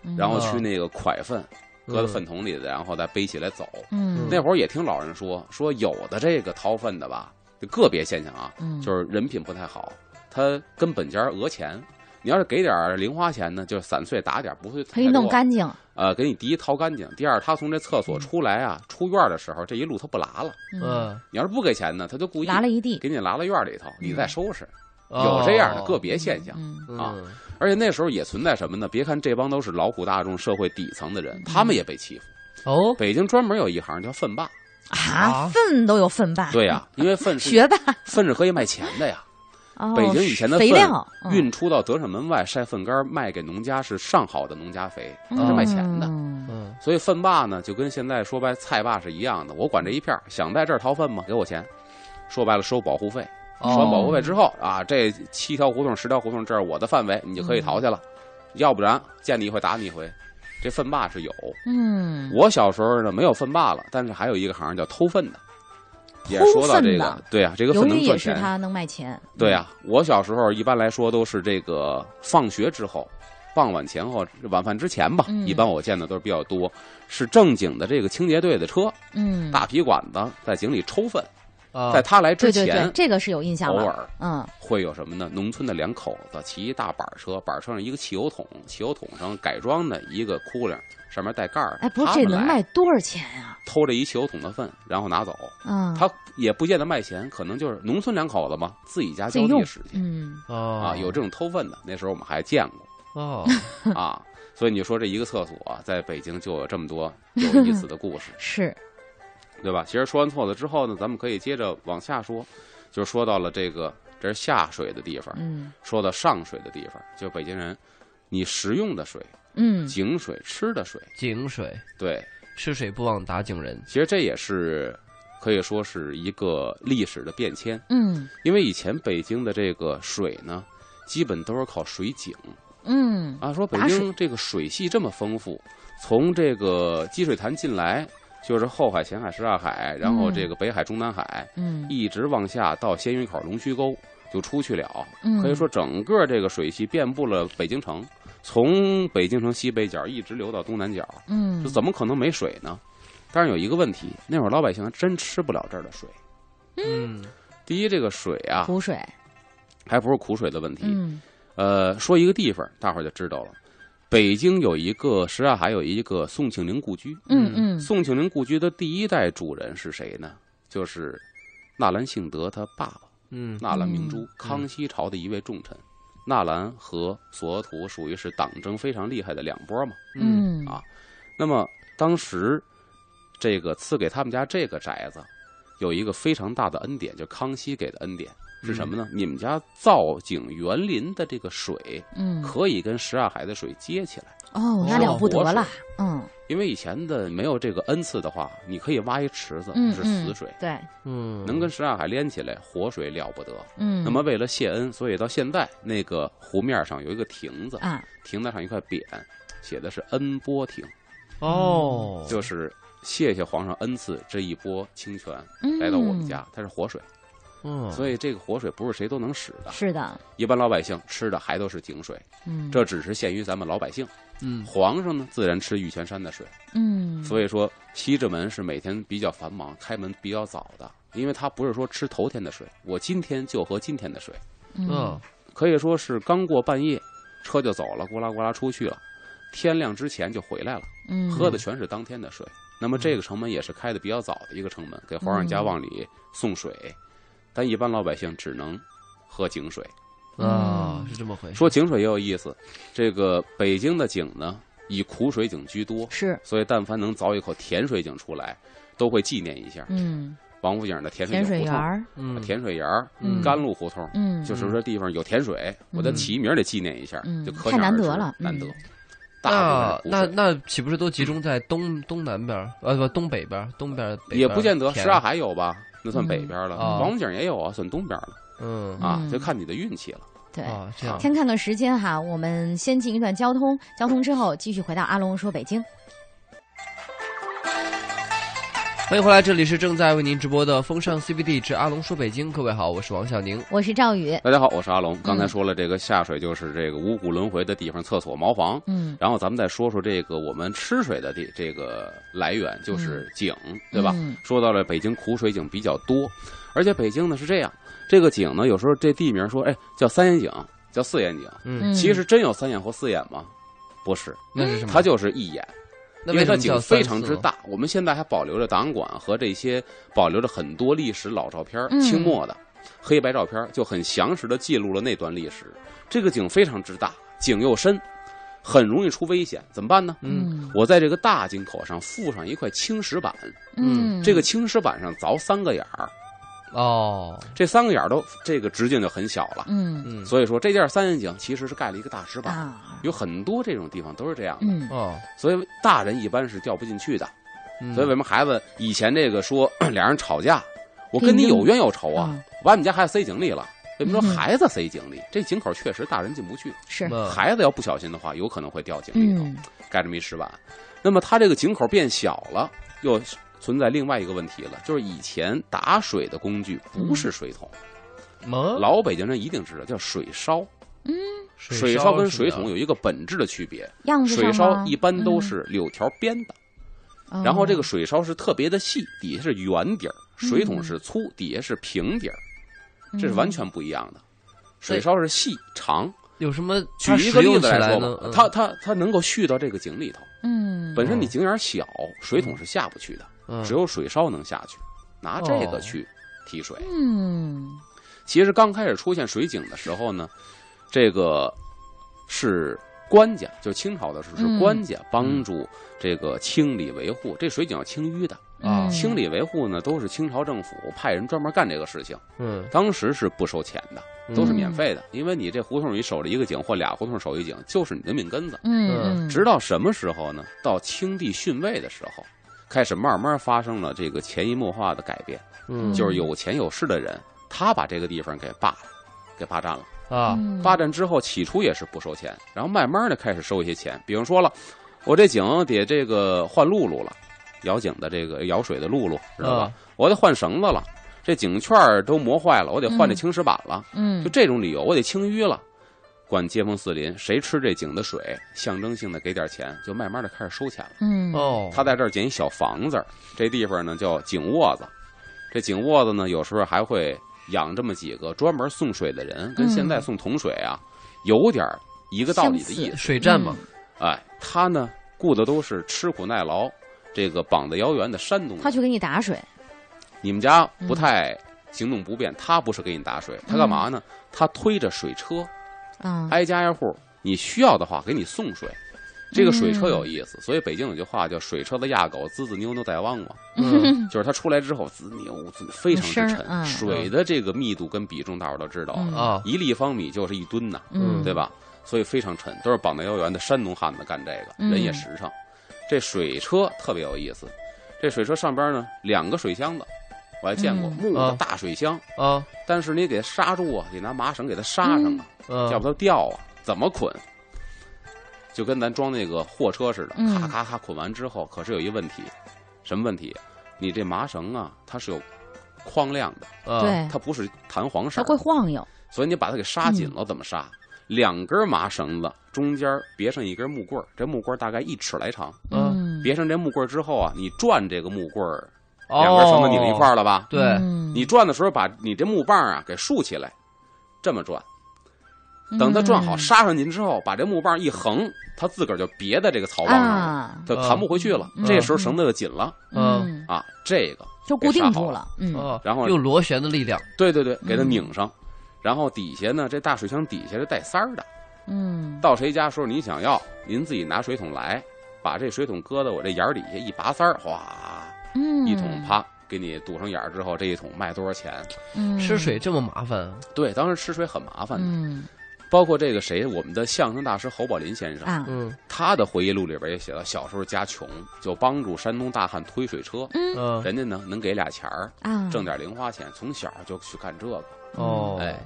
Speaker 1: 嗯
Speaker 2: 嗯
Speaker 3: 然后去那个蒯粪，搁到粪桶里的，然后再背起来走。
Speaker 2: 嗯，
Speaker 3: 那会儿也听老人说，说有的这个掏粪的吧，就个别现象啊，
Speaker 2: 嗯
Speaker 3: 就是人品不太好，他跟本家讹钱。你要是给点儿零花钱呢，就散碎打点儿，不会
Speaker 2: 可以弄
Speaker 3: 太多。
Speaker 2: 干嗯净，
Speaker 3: 呃，给你第一掏干净，第二他从这厕所出来啊，出院儿的时候这一路他不拉了。嗯
Speaker 2: 嗯，
Speaker 1: 嗯，
Speaker 3: 你要是不给钱呢，他就故意
Speaker 2: 拉了一地，
Speaker 3: 给你拉到院儿里头，你再收拾。
Speaker 1: 哦
Speaker 3: 有这样的个别现象，
Speaker 2: 嗯
Speaker 1: 嗯
Speaker 3: 啊而且那时候也存在什么呢？别看这帮都是劳苦大众、社会底层的人，他
Speaker 2: 嗯
Speaker 3: 们也被欺负。
Speaker 1: 哦，
Speaker 3: 北京专门有一行叫粪霸，
Speaker 2: 啊，
Speaker 1: 啊
Speaker 2: 粪都有粪霸，
Speaker 3: 对呀、因 为粪是
Speaker 2: 学吧，
Speaker 3: 粪是可以卖钱的呀。
Speaker 2: 哦
Speaker 3: 北京以前的
Speaker 2: 肥
Speaker 3: 粪
Speaker 2: 料嗯
Speaker 3: 运出到德胜门外晒粪干儿卖给农家是上好的农家肥，它是卖钱的。
Speaker 2: 嗯
Speaker 1: 嗯，
Speaker 3: 所以粪霸呢，就跟现在说白菜霸是一样的，我管这一片儿，想在这儿掏粪吗？给我钱。说白了，收保护费。收完
Speaker 1: 哦
Speaker 3: 保护费之后啊，这七条胡同、十条胡同，这是我的范围，你就可以
Speaker 2: 嗯
Speaker 3: 逃去了。要不然见你一回打你一回。这粪霸是有，
Speaker 2: 嗯，
Speaker 3: 我小时候呢没有粪霸了，但是还有一个行叫偷粪的，也说
Speaker 2: 偷
Speaker 3: 到这
Speaker 2: 粪
Speaker 3: 个
Speaker 2: 的，
Speaker 3: 对呀、啊这个
Speaker 2: 由
Speaker 3: 粪能
Speaker 2: 于也
Speaker 3: 赚
Speaker 2: 是
Speaker 3: 钱。
Speaker 2: 他能卖钱，
Speaker 3: 对呀、我小时候一般来说都是这个放学之后，傍晚前后、晚饭之前吧，
Speaker 2: 嗯
Speaker 3: 一般我见的都是比较多，是正经的这个清洁队的车，
Speaker 2: 嗯，
Speaker 3: 大皮管子在井里抽粪，
Speaker 1: 啊
Speaker 3: 在他来之
Speaker 2: 对对
Speaker 3: 前，
Speaker 2: 对，这个是有印象
Speaker 3: 偶
Speaker 2: 了，
Speaker 3: 尔
Speaker 2: 嗯
Speaker 3: 会有什么呢？农村的两口子骑一大板车，板车上一个汽油桶，汽油桶上改装的一个窟窿，上面带盖儿。
Speaker 2: 哎，不是
Speaker 3: 他
Speaker 2: 这
Speaker 3: 们
Speaker 2: 能
Speaker 3: 来
Speaker 2: 卖多少钱呀？
Speaker 3: 偷这一汽油桶的粪，然后拿走。
Speaker 2: 嗯，
Speaker 3: 他也不见得卖钱，可能就是农村两口子嘛，自己家浇
Speaker 2: 自己用
Speaker 3: 地使去
Speaker 2: 嗯，
Speaker 1: 哦
Speaker 3: 啊，有这种偷粪的。那时候我们还见过
Speaker 1: 哦，
Speaker 3: 啊，所以你说这一个厕所啊在北京就有这么多有意思的故事
Speaker 2: 是，
Speaker 3: 对吧？其实说完厕所之后呢，咱们可以接着往下说，就说到了这个这是下水的地方，
Speaker 2: 嗯
Speaker 3: 说到上水的地方，就北京人，你食用的水、
Speaker 2: 嗯
Speaker 3: 井水、吃的水，
Speaker 1: 井水
Speaker 3: 对，
Speaker 1: 吃水不忘打井人。
Speaker 3: 其实这也是可以说是一个历史的变迁。
Speaker 2: 嗯
Speaker 3: 因为以前北京的这个水呢，基本都是靠水井
Speaker 2: 嗯
Speaker 3: 啊。说北
Speaker 2: 打水
Speaker 3: 京这个水系这么丰富，从这个积水潭进来，就是后海、前海、什刹海，然后
Speaker 2: 嗯
Speaker 3: 这个北海、中南海，
Speaker 2: 嗯
Speaker 3: 一直往下到鲜鱼口、龙须沟就出去了。
Speaker 2: 嗯，
Speaker 3: 可以说，整个这个水系遍布了北京城，从北京城西北角一直流到东南角，
Speaker 2: 嗯，
Speaker 3: 这怎么可能没水呢？但是有一个问题，那会儿老百姓还真吃不了这儿的水。
Speaker 1: 嗯，
Speaker 3: 第一，这个水啊，
Speaker 2: 苦水？
Speaker 3: 还不是苦水的问题，
Speaker 2: 嗯
Speaker 3: 呃，说一个地方，大伙儿就知道了。北京有一个，实际上还有一个宋庆龄故居。
Speaker 2: 嗯嗯，
Speaker 3: 宋庆龄故居的第一代主人是谁呢？就是纳兰性德他爸爸
Speaker 1: 嗯，
Speaker 3: 纳兰明珠，
Speaker 2: 嗯
Speaker 3: 康熙朝的一位重臣。纳兰和索额图属于是党争非常厉害的两波嘛。
Speaker 1: 嗯，
Speaker 2: 嗯
Speaker 3: 啊那么当时这个赐给他们家这个宅子，有一个非常大的恩典，就是康熙给的恩典是什么呢？你们家造井园林的这个水。
Speaker 2: 嗯，
Speaker 3: 可以跟什刹海的水接起来。
Speaker 2: 哦，那
Speaker 1: 是
Speaker 2: 了不得
Speaker 3: 活水
Speaker 2: 了，嗯
Speaker 3: 因为以前的没有这个恩赐的话，你可以挖一池子，
Speaker 2: 嗯
Speaker 3: 是死水，
Speaker 2: 对，
Speaker 1: 嗯，
Speaker 3: 能跟什刹海连起来，活水了不得。
Speaker 2: 嗯，
Speaker 3: 那么为了谢恩，所以到现在那个湖面上有一个亭子，
Speaker 2: 啊，
Speaker 3: 亭子上一块匾，写的是恩波亭，
Speaker 1: 哦，
Speaker 3: 就是谢谢皇上恩赐这一波清泉
Speaker 2: 嗯
Speaker 3: 来到我们家，它是活水，
Speaker 2: 哦
Speaker 1: 嗯，
Speaker 3: 所以这个活水不是谁都能使的
Speaker 2: 嗯，，是的，
Speaker 3: 一般老百姓吃的还都是井水，
Speaker 2: 嗯，
Speaker 3: 这只是限于咱们老百姓。
Speaker 1: 嗯
Speaker 3: 皇上呢，自然吃玉泉山的水。
Speaker 2: 嗯，
Speaker 3: 所以说西直门是每天比较繁忙，开门比较早的，因为它不是说吃头天的水，我今天就喝今天的水，
Speaker 2: 嗯
Speaker 1: 嗯
Speaker 3: 可以说是刚过半夜，车就走了，咕啦咕啦出去了，天亮之前就回来了，
Speaker 2: 嗯，
Speaker 3: 喝的全是当天的水。那么这个城门也是开的比较早的一个城门，给皇上家往里送水，但一般老百姓只能喝井水。
Speaker 1: 啊，是这么回事。
Speaker 3: 嗯说井水也有意思，这个北京的井呢，以苦水井居多，
Speaker 2: 是，
Speaker 3: 所以但凡能凿一口甜水井出来，都会纪念一下。
Speaker 2: 嗯，
Speaker 3: 王府井的甜水
Speaker 2: 甜
Speaker 3: 井
Speaker 2: 水
Speaker 3: 胡
Speaker 2: 园
Speaker 3: 同、
Speaker 2: 儿，
Speaker 1: 嗯，
Speaker 3: 甜水园儿、
Speaker 2: 嗯
Speaker 3: 甘露胡同，
Speaker 2: 嗯，
Speaker 3: 就是说地方有甜水，我的起名儿得纪念一下
Speaker 2: 嗯，
Speaker 3: 就可
Speaker 2: 太
Speaker 3: 想
Speaker 2: 难
Speaker 3: 而知
Speaker 2: 得了嗯
Speaker 3: 难得。大
Speaker 1: 那
Speaker 3: 部分
Speaker 1: 那
Speaker 3: 是湖
Speaker 1: 那岂不是都集中在东东南边儿？呃，不，东北边儿，东边儿北
Speaker 3: 水也
Speaker 1: 边儿
Speaker 3: 不见得，什啊
Speaker 1: 甜
Speaker 3: 刹海有吧？那算北边了，
Speaker 1: 嗯啊
Speaker 3: 王府井也有啊，算东边了。
Speaker 1: 嗯
Speaker 3: 啊
Speaker 2: 嗯，
Speaker 3: 就看你的运气了。
Speaker 2: 对。
Speaker 1: 啊，这样
Speaker 2: 先看看时间哈，我们先进一段交通，交通之后继续回到阿龙说北京。
Speaker 1: 欢迎回来，这里是正在为您直播的风尚 CBD 之阿龙说北京。各位好，我是王小宁。
Speaker 2: 我是赵宇，
Speaker 3: 大家好，我是阿龙。刚
Speaker 2: 嗯
Speaker 3: 才说了，这个下水就是这个五谷轮回的地方，厕所、茅房。
Speaker 2: 嗯，
Speaker 3: 然后咱们再说说这个我们吃水的这这个来源，就是井，对吧？
Speaker 2: 嗯
Speaker 3: 说到了北京苦水井比较多，而且北京呢是这样，这个井呢有时候这地名说，哎，叫三眼井，叫四眼井，
Speaker 1: 嗯，
Speaker 2: 嗯
Speaker 3: 其实真有三眼或四眼吗？不是，
Speaker 1: 那是什么？
Speaker 3: 它就是一眼，
Speaker 1: 嗯那
Speaker 3: 因为
Speaker 1: 为什
Speaker 3: 它
Speaker 1: 么
Speaker 3: 井
Speaker 1: 叫
Speaker 3: 非
Speaker 1: 三
Speaker 3: 常
Speaker 1: 四
Speaker 3: 之
Speaker 1: 呢？
Speaker 3: 大。我们现在还保留着档案馆和这些保留着很多历史老照片儿，
Speaker 2: 嗯
Speaker 3: 清末的黑白照片儿，就很详实的记录了那段历史。这个井非常之大，井又深，很容易出危险，怎么办呢？
Speaker 1: 嗯
Speaker 3: 我在这个大井口上附上一块青石板，
Speaker 1: 嗯
Speaker 3: 这个青石板上凿三个眼儿，
Speaker 1: 哦，
Speaker 3: 这三个眼儿都这个直径就很小了。
Speaker 2: 嗯
Speaker 1: 嗯
Speaker 3: 所以说，这件三眼井其实是盖了一个大石板，
Speaker 2: 啊
Speaker 3: 有很多这种地方都是这样的，
Speaker 2: 嗯
Speaker 1: 哦，
Speaker 3: 所以大人一般是掉不进去的。
Speaker 1: 嗯
Speaker 3: 所以为什么孩子以前这个说 俩人吵架，我
Speaker 2: 给
Speaker 3: 跟
Speaker 2: 你
Speaker 3: 你
Speaker 2: 扔
Speaker 3: 有冤有仇啊，
Speaker 2: 嗯
Speaker 3: 我把你们家孩子塞井里了。为什么
Speaker 2: 嗯
Speaker 3: 说
Speaker 2: 哼
Speaker 3: 孩子塞井里？这井口确实大人进不去，
Speaker 2: 是
Speaker 1: 嗯
Speaker 3: 孩子要不小心的话，有可能会掉井里头，
Speaker 2: 嗯
Speaker 3: 盖这么一石板。那么它这个井口变小了，又存在另外一个问题了，就是以前打水的工具不是水桶，
Speaker 1: 蒙
Speaker 3: 老北京人一定知道叫水烧。水
Speaker 1: 烧
Speaker 3: 烧跟
Speaker 1: 是嗯
Speaker 3: 水
Speaker 1: 的
Speaker 3: 桶有一个本质的区别，
Speaker 2: 样子上
Speaker 3: 水烧
Speaker 2: 吗
Speaker 3: 一般都是柳条编的。
Speaker 2: 嗯
Speaker 3: 然后这个
Speaker 2: 哦
Speaker 3: 水烧是特别的细，底下是圆底儿；水
Speaker 1: 嗯
Speaker 3: 桶是粗，底下是平底儿，
Speaker 2: 嗯
Speaker 3: 这是完全不一样的。水烧是细长，
Speaker 1: 有什么？
Speaker 3: 举
Speaker 1: 它
Speaker 3: 一
Speaker 1: 使
Speaker 3: 个
Speaker 1: 用
Speaker 3: 例子
Speaker 1: 起
Speaker 3: 来
Speaker 1: 来
Speaker 3: 说
Speaker 1: 呢
Speaker 3: 吧，，
Speaker 1: 嗯
Speaker 3: 它它它能够蓄到这个井里头。
Speaker 2: 嗯
Speaker 3: 本身你
Speaker 1: 嗯
Speaker 3: 井眼小，水桶是下不去的，
Speaker 1: 嗯
Speaker 3: 只有水烧能下去，拿这个
Speaker 1: 哦
Speaker 3: 去提水。
Speaker 2: 嗯
Speaker 3: 其实刚开始出现水井的时候呢，这个是官家，就清朝的时候是
Speaker 2: 嗯
Speaker 3: 官家帮助这个清理维护。这水井要清淤的。
Speaker 1: 啊
Speaker 2: 嗯
Speaker 3: 清理维护呢，都是清朝政府派人专门干这个事情，
Speaker 1: 嗯
Speaker 3: 当时是不收钱的，都
Speaker 2: 嗯
Speaker 3: 是免费的，因为你这胡同里守着一个井或俩胡同守一井，就是你的命根子。
Speaker 2: 嗯，
Speaker 3: 呃直到什么时候呢？到清帝逊位的时候，开始慢慢发生了这个潜移默化的改变，
Speaker 1: 嗯
Speaker 3: 就是有钱有势的人，他把这个地方给霸了，给霸占了。
Speaker 1: 啊
Speaker 2: 嗯
Speaker 3: 霸占之后，起初也是不收钱，然后慢慢的开始收一些钱，比如说了，我这井得这个换露露了，舀井的这个舀水的露露，知道
Speaker 2: 嗯
Speaker 3: 吧？
Speaker 1: 啊
Speaker 3: 我得换绳子了，这井圈儿都磨坏了，我得换这
Speaker 2: 嗯
Speaker 3: 青石板了，
Speaker 2: 嗯
Speaker 3: 就这种理由，我得清淤了。管街坊四邻，谁吃这井的水，象征性的给点钱，就慢慢的开始收钱了。
Speaker 2: 嗯
Speaker 1: 哦，
Speaker 3: 他在这儿建一小房子儿，这地方呢叫井窝子。这井窝子呢，有时候还会养这么几个专门送水的人，跟
Speaker 2: 嗯
Speaker 3: 现在送桶水啊，有点儿一个道理的意思。
Speaker 1: 啊水站嘛，
Speaker 2: 嗯
Speaker 3: 哎，他呢雇的都是吃苦耐劳、这个膀子摇圆的山东
Speaker 2: 他嗯
Speaker 3: 人。
Speaker 2: 去给你打水，
Speaker 3: 你们家不太行动不便，他不是给你打水，他
Speaker 2: 嗯
Speaker 3: 干嘛呢？他推着水车，
Speaker 2: 啊，
Speaker 3: 挨家挨户，你需要的话给你送水。这个水
Speaker 2: 嗯
Speaker 3: 车有意思，所以北京有句话叫“水车子压狗，滋滋妞妞在汪汪”。
Speaker 1: 嗯
Speaker 3: 就是它出来之后滋牛滋非常之
Speaker 2: 有声儿嗯
Speaker 3: 沉，水的这个密度跟比重大伙儿都知道啊，
Speaker 2: 嗯
Speaker 1: 啊
Speaker 3: 一立方米就是一吨呐，
Speaker 2: 嗯
Speaker 3: 对吧？所以非常沉，都是膀大腰圆的山东汉子干这个，
Speaker 2: 嗯
Speaker 3: 人也实诚。这水车特别有意思，这水车上边呢两个水箱子，我还见过
Speaker 2: 嗯
Speaker 3: 木的
Speaker 1: 啊
Speaker 3: 大水箱，
Speaker 1: 啊
Speaker 3: 但是你给它刹住啊，得拿麻绳给它刹上啊，
Speaker 1: 嗯
Speaker 3: 要不它掉啊，怎么捆？就跟咱装那个货车似的，
Speaker 2: 嗯
Speaker 3: 咔咔咔捆完之后，可是有一问题，什么问题？你这麻绳啊，它是有框量的，
Speaker 1: 啊
Speaker 2: 对，
Speaker 3: 它不是弹簧
Speaker 2: 他
Speaker 3: 绳
Speaker 2: 会
Speaker 3: 儿，
Speaker 2: 晃悠，
Speaker 3: 所以你把它给刹紧
Speaker 1: 嗯
Speaker 3: 了，怎么刹？两根麻绳子中间别上一根木棍儿，这木棍儿大概一尺来长，
Speaker 1: 嗯
Speaker 2: 嗯，
Speaker 3: 别上这木棍儿之后啊，你转这个木棍儿，
Speaker 1: 哦
Speaker 3: 两根绳子拧一块儿了吧？
Speaker 1: 对
Speaker 2: 嗯
Speaker 3: 你转的时候把你这木棒啊给竖起来，这么转。等它转好
Speaker 2: 嗯
Speaker 3: 刹上您之后，把这木棒一横，它自个儿就别在这个槽棒上了，
Speaker 2: 啊，
Speaker 3: 就弹不回去了。
Speaker 1: 嗯
Speaker 3: 这时候绳子就紧了
Speaker 1: 嗯
Speaker 2: 嗯，
Speaker 3: 啊，这个
Speaker 2: 就固定
Speaker 3: 给刹好
Speaker 2: 住
Speaker 3: 了
Speaker 2: 了，嗯
Speaker 1: 啊，
Speaker 3: 然后
Speaker 1: 用螺旋的力量
Speaker 3: 对对对，
Speaker 2: 嗯
Speaker 3: 给它拧上。然后底下呢，这大水箱底下是带塞儿的。
Speaker 2: 嗯，
Speaker 3: 到谁家时候您想要，您自己拿水桶来，把这水桶搁到我这眼儿底下一拔塞儿，哗，
Speaker 2: 嗯，
Speaker 3: 一桶啪给你堵上眼儿之后，这一桶卖多少钱？
Speaker 2: 嗯，
Speaker 1: 吃水这么麻烦啊，
Speaker 3: 对，当时吃水很麻烦的。
Speaker 2: 嗯
Speaker 3: 包括这个谁，我们的相声大师侯宝林先生，
Speaker 2: 啊，
Speaker 1: 嗯
Speaker 3: 他的回忆录里边也写到，小时候家穷，就帮助山东大汉推水车，
Speaker 2: 嗯
Speaker 1: 嗯
Speaker 3: 人家呢能给俩钱儿，
Speaker 2: 啊，
Speaker 3: 挣点零花钱，从小就去干这个。
Speaker 1: 哦，
Speaker 3: 哎，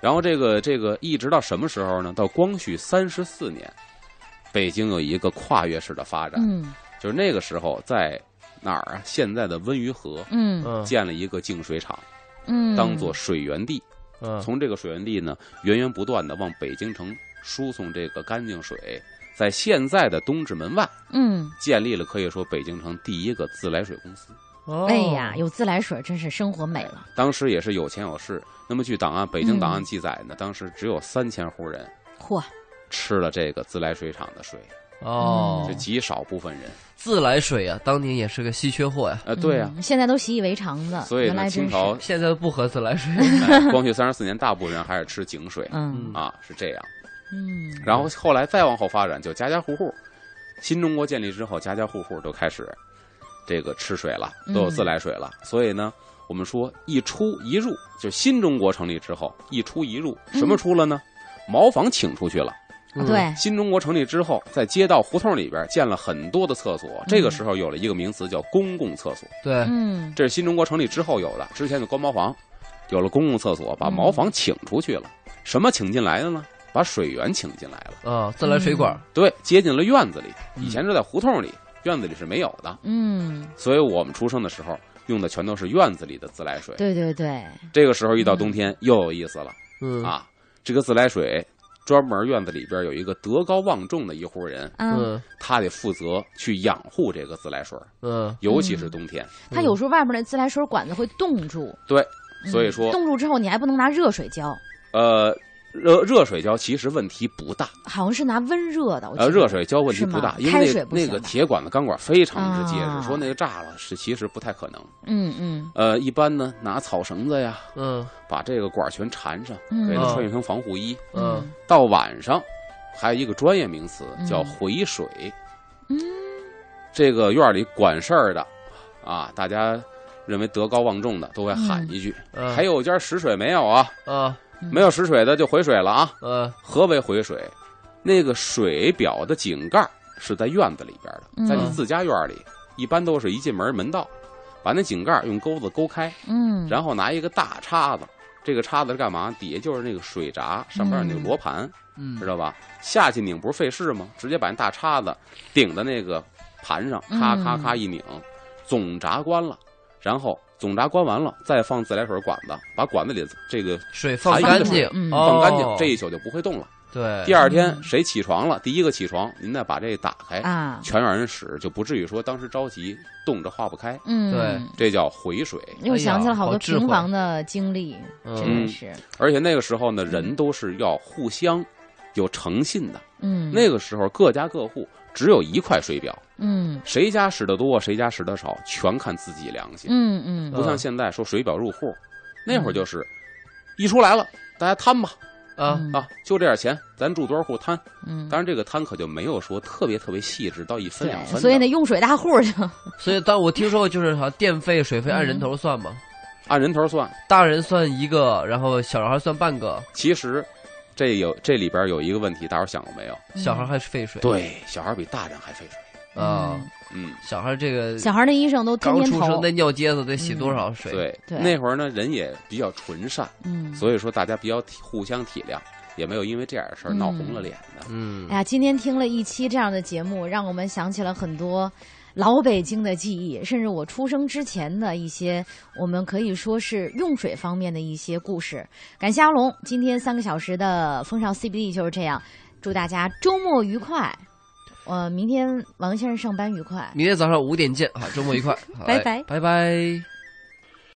Speaker 3: 然后这个这个一直到什么时候呢？到光绪三十四年，北京有一个跨越式的发展，
Speaker 2: 嗯
Speaker 3: 就是那个时候在哪儿啊？现在的温榆河
Speaker 2: 嗯
Speaker 1: 嗯，
Speaker 3: 建了一个净水厂，
Speaker 2: 嗯，
Speaker 3: 呃当做水源地。
Speaker 1: 嗯，
Speaker 3: 从这个水源地呢，源源不断的往北京城输送这个干净水，在现在的东直门外
Speaker 2: 嗯，
Speaker 3: 建立了可以说北京城第一个自来水公司。
Speaker 1: 哦
Speaker 2: 哎呀，，有自来水真是生活美了。
Speaker 3: 当时也是有钱有势。那么据档案北京档案
Speaker 2: 嗯
Speaker 3: 记载呢，当时只有三千户人
Speaker 2: 嚯，
Speaker 3: 吃了这个自来水厂的水，
Speaker 1: 哦
Speaker 2: 嗯
Speaker 3: 就，极少部分人。
Speaker 1: 自来水啊，当年也是个稀缺货呀，
Speaker 3: 呃，对呀、
Speaker 2: 嗯现在都习以为常的。
Speaker 3: 所以
Speaker 2: 嗯原
Speaker 3: 呢，
Speaker 2: 来
Speaker 3: 清
Speaker 2: 真是
Speaker 3: 朝
Speaker 1: 现在不喝自来水，
Speaker 3: 哎光绪三十四年，大部分人还是吃井水
Speaker 2: 嗯
Speaker 3: 啊，是这样。
Speaker 2: 嗯
Speaker 3: 然后后来再往后发展，就家家户户，新中国建立之后，家家户户都开始这个吃水了，都有自来水了。所以呢，我们说一出一入，就新中国成立之后一出一入，什么出了呢？茅房请出去了。
Speaker 1: 嗯，
Speaker 2: 对，
Speaker 3: 新中国成立之后，在街道胡同里边建了很多的厕所，这个时候有了一个名词叫公共厕所，
Speaker 1: 对，
Speaker 2: 嗯
Speaker 3: 这是新中国成立之后有的，之前的官茅房，有了公共厕所，把茅房请出去了，什么请进来的呢？把水源请进来了，
Speaker 1: 啊，自来水管，
Speaker 3: 对，接进了院子里，
Speaker 1: 嗯
Speaker 3: 以前是在胡同里，院子里是没有的，
Speaker 2: 嗯，
Speaker 3: 所以我们出生的时候用的全都是院子里的自来水。
Speaker 2: 对对对，
Speaker 3: 这个时候一到冬天又有意思了
Speaker 1: 嗯，
Speaker 3: 啊，这个自来水专门院子里边有一个德高望重的一户人，
Speaker 2: 啊，
Speaker 1: 嗯
Speaker 3: 他得负责去养护这个自来水儿，
Speaker 1: 嗯，
Speaker 3: 尤其是冬天。
Speaker 2: 它有时候外面那自来水管子会冻住，
Speaker 3: 对，
Speaker 2: 嗯
Speaker 3: 所以说，
Speaker 2: 冻住之后你还不能拿热水浇，
Speaker 3: 呃，热热水浇其实问题不大，
Speaker 2: 好像是拿温热的。我记
Speaker 3: 呃，
Speaker 2: 得
Speaker 3: 热水浇问题不
Speaker 2: 是吗
Speaker 3: 大，因
Speaker 2: 开
Speaker 3: 为
Speaker 2: 水
Speaker 3: 那
Speaker 2: 不行
Speaker 3: 那
Speaker 2: 吧
Speaker 3: 个铁管子钢管非常之结实，
Speaker 2: 啊
Speaker 3: 说那个炸了是其实不太可能。
Speaker 2: 嗯嗯
Speaker 3: 呃，一般呢拿草绳子呀，
Speaker 1: 嗯
Speaker 3: 把这个管儿全缠上，
Speaker 2: 嗯
Speaker 3: 给它穿一层防护衣。
Speaker 1: 嗯，
Speaker 3: 到晚上，还有一个专业名词
Speaker 2: 嗯
Speaker 3: 叫回水。这个院儿里管事儿的，啊，大家认为德高望重的都会喊一句：“
Speaker 1: 嗯
Speaker 3: 还有家拾水没有啊？
Speaker 1: 啊
Speaker 2: 嗯
Speaker 3: 没有拾水的就回水了啊。
Speaker 1: 呃，
Speaker 3: 何为回水？那个水表的井盖是在院子里边
Speaker 2: 嗯
Speaker 3: 的，在你自家院里，一般都是一进门门道，把那井盖用钩子勾开，
Speaker 2: 嗯，
Speaker 3: 然后拿一个大叉子。这个叉子是干嘛？底下就是那个水闸，上边有那个罗盘，
Speaker 1: 嗯
Speaker 3: 知道吧？下去拧不是费事吗？直接把那大叉子顶在那个盘上，咔
Speaker 1: 嗯
Speaker 3: 咔咔一拧，总闸关了，然后总闸关完了，再放自来水管子，把管子里的这个
Speaker 1: 水放干净，
Speaker 2: 嗯
Speaker 3: 放干净，
Speaker 1: 哦
Speaker 3: 这一宿就不会动了。
Speaker 1: 对，
Speaker 3: 第二天
Speaker 2: 嗯
Speaker 3: 谁起床了，第一个起床，您再把这打开，
Speaker 2: 啊，
Speaker 3: 全让人使，就不至于说当时着急冻着化不开，
Speaker 2: 嗯，
Speaker 1: 对
Speaker 3: 这叫回水。
Speaker 2: 又想起了
Speaker 1: 哎
Speaker 2: 好
Speaker 1: 呀好
Speaker 2: 多
Speaker 1: 智慧
Speaker 2: 平房的经历，真
Speaker 1: 嗯
Speaker 2: 的是，
Speaker 3: 而且那个时候呢，人都是要互相有诚信的。
Speaker 2: 嗯，
Speaker 3: 那个时候各家各户只有一块水表，
Speaker 2: 嗯
Speaker 3: 谁家使得多，谁家使得少，全看自己良心。
Speaker 2: 嗯嗯
Speaker 3: 不像现在说水表入户，那会儿就是一出来了，大家摊吧
Speaker 1: 啊，
Speaker 2: 嗯
Speaker 3: 啊，就这点钱，咱住多少户摊。
Speaker 2: 嗯，
Speaker 3: 当然，这个摊可就没有说特别特别细致到一分两分
Speaker 2: 对，
Speaker 3: 的。
Speaker 2: 所以那用水大户就
Speaker 1: 所以当我听说过就是好像电费、水费按
Speaker 2: 嗯
Speaker 1: 人头算嘛，
Speaker 3: 按人头算，
Speaker 1: 大人算一个，然后小孩算半个，
Speaker 3: 其实这有这里边有一个问题，大伙儿想过没有？
Speaker 1: 小
Speaker 2: 嗯
Speaker 1: 孩还是费水，
Speaker 3: 对，小孩比大人还费水。
Speaker 1: 啊，
Speaker 3: 嗯，
Speaker 1: 小孩这个
Speaker 2: 小孩那医生都天嗯
Speaker 1: 刚
Speaker 2: 天
Speaker 1: 出生
Speaker 2: 投
Speaker 1: 那，尿疖子得洗多少水？
Speaker 3: 对，
Speaker 2: 对
Speaker 3: 那会儿呢，人也比较纯善，
Speaker 2: 嗯，
Speaker 3: 所以说大家比较体互相体谅，也没有因为这点事儿闹红了脸的。
Speaker 1: 嗯
Speaker 2: 哎，呀，今天听了一期这样的节目，让我们想起了很多老北京的记忆，甚至我出生之前的一些，我们可以说是用水方面的一些故事。感谢阿龙，今天三个小时的风尚 CBD 就是这样，祝大家周末愉快。呃，明天王先生上班愉快。
Speaker 1: 明天早上五点见，好，周末愉快，好
Speaker 2: 拜
Speaker 1: 嘞
Speaker 2: 拜
Speaker 1: 拜拜。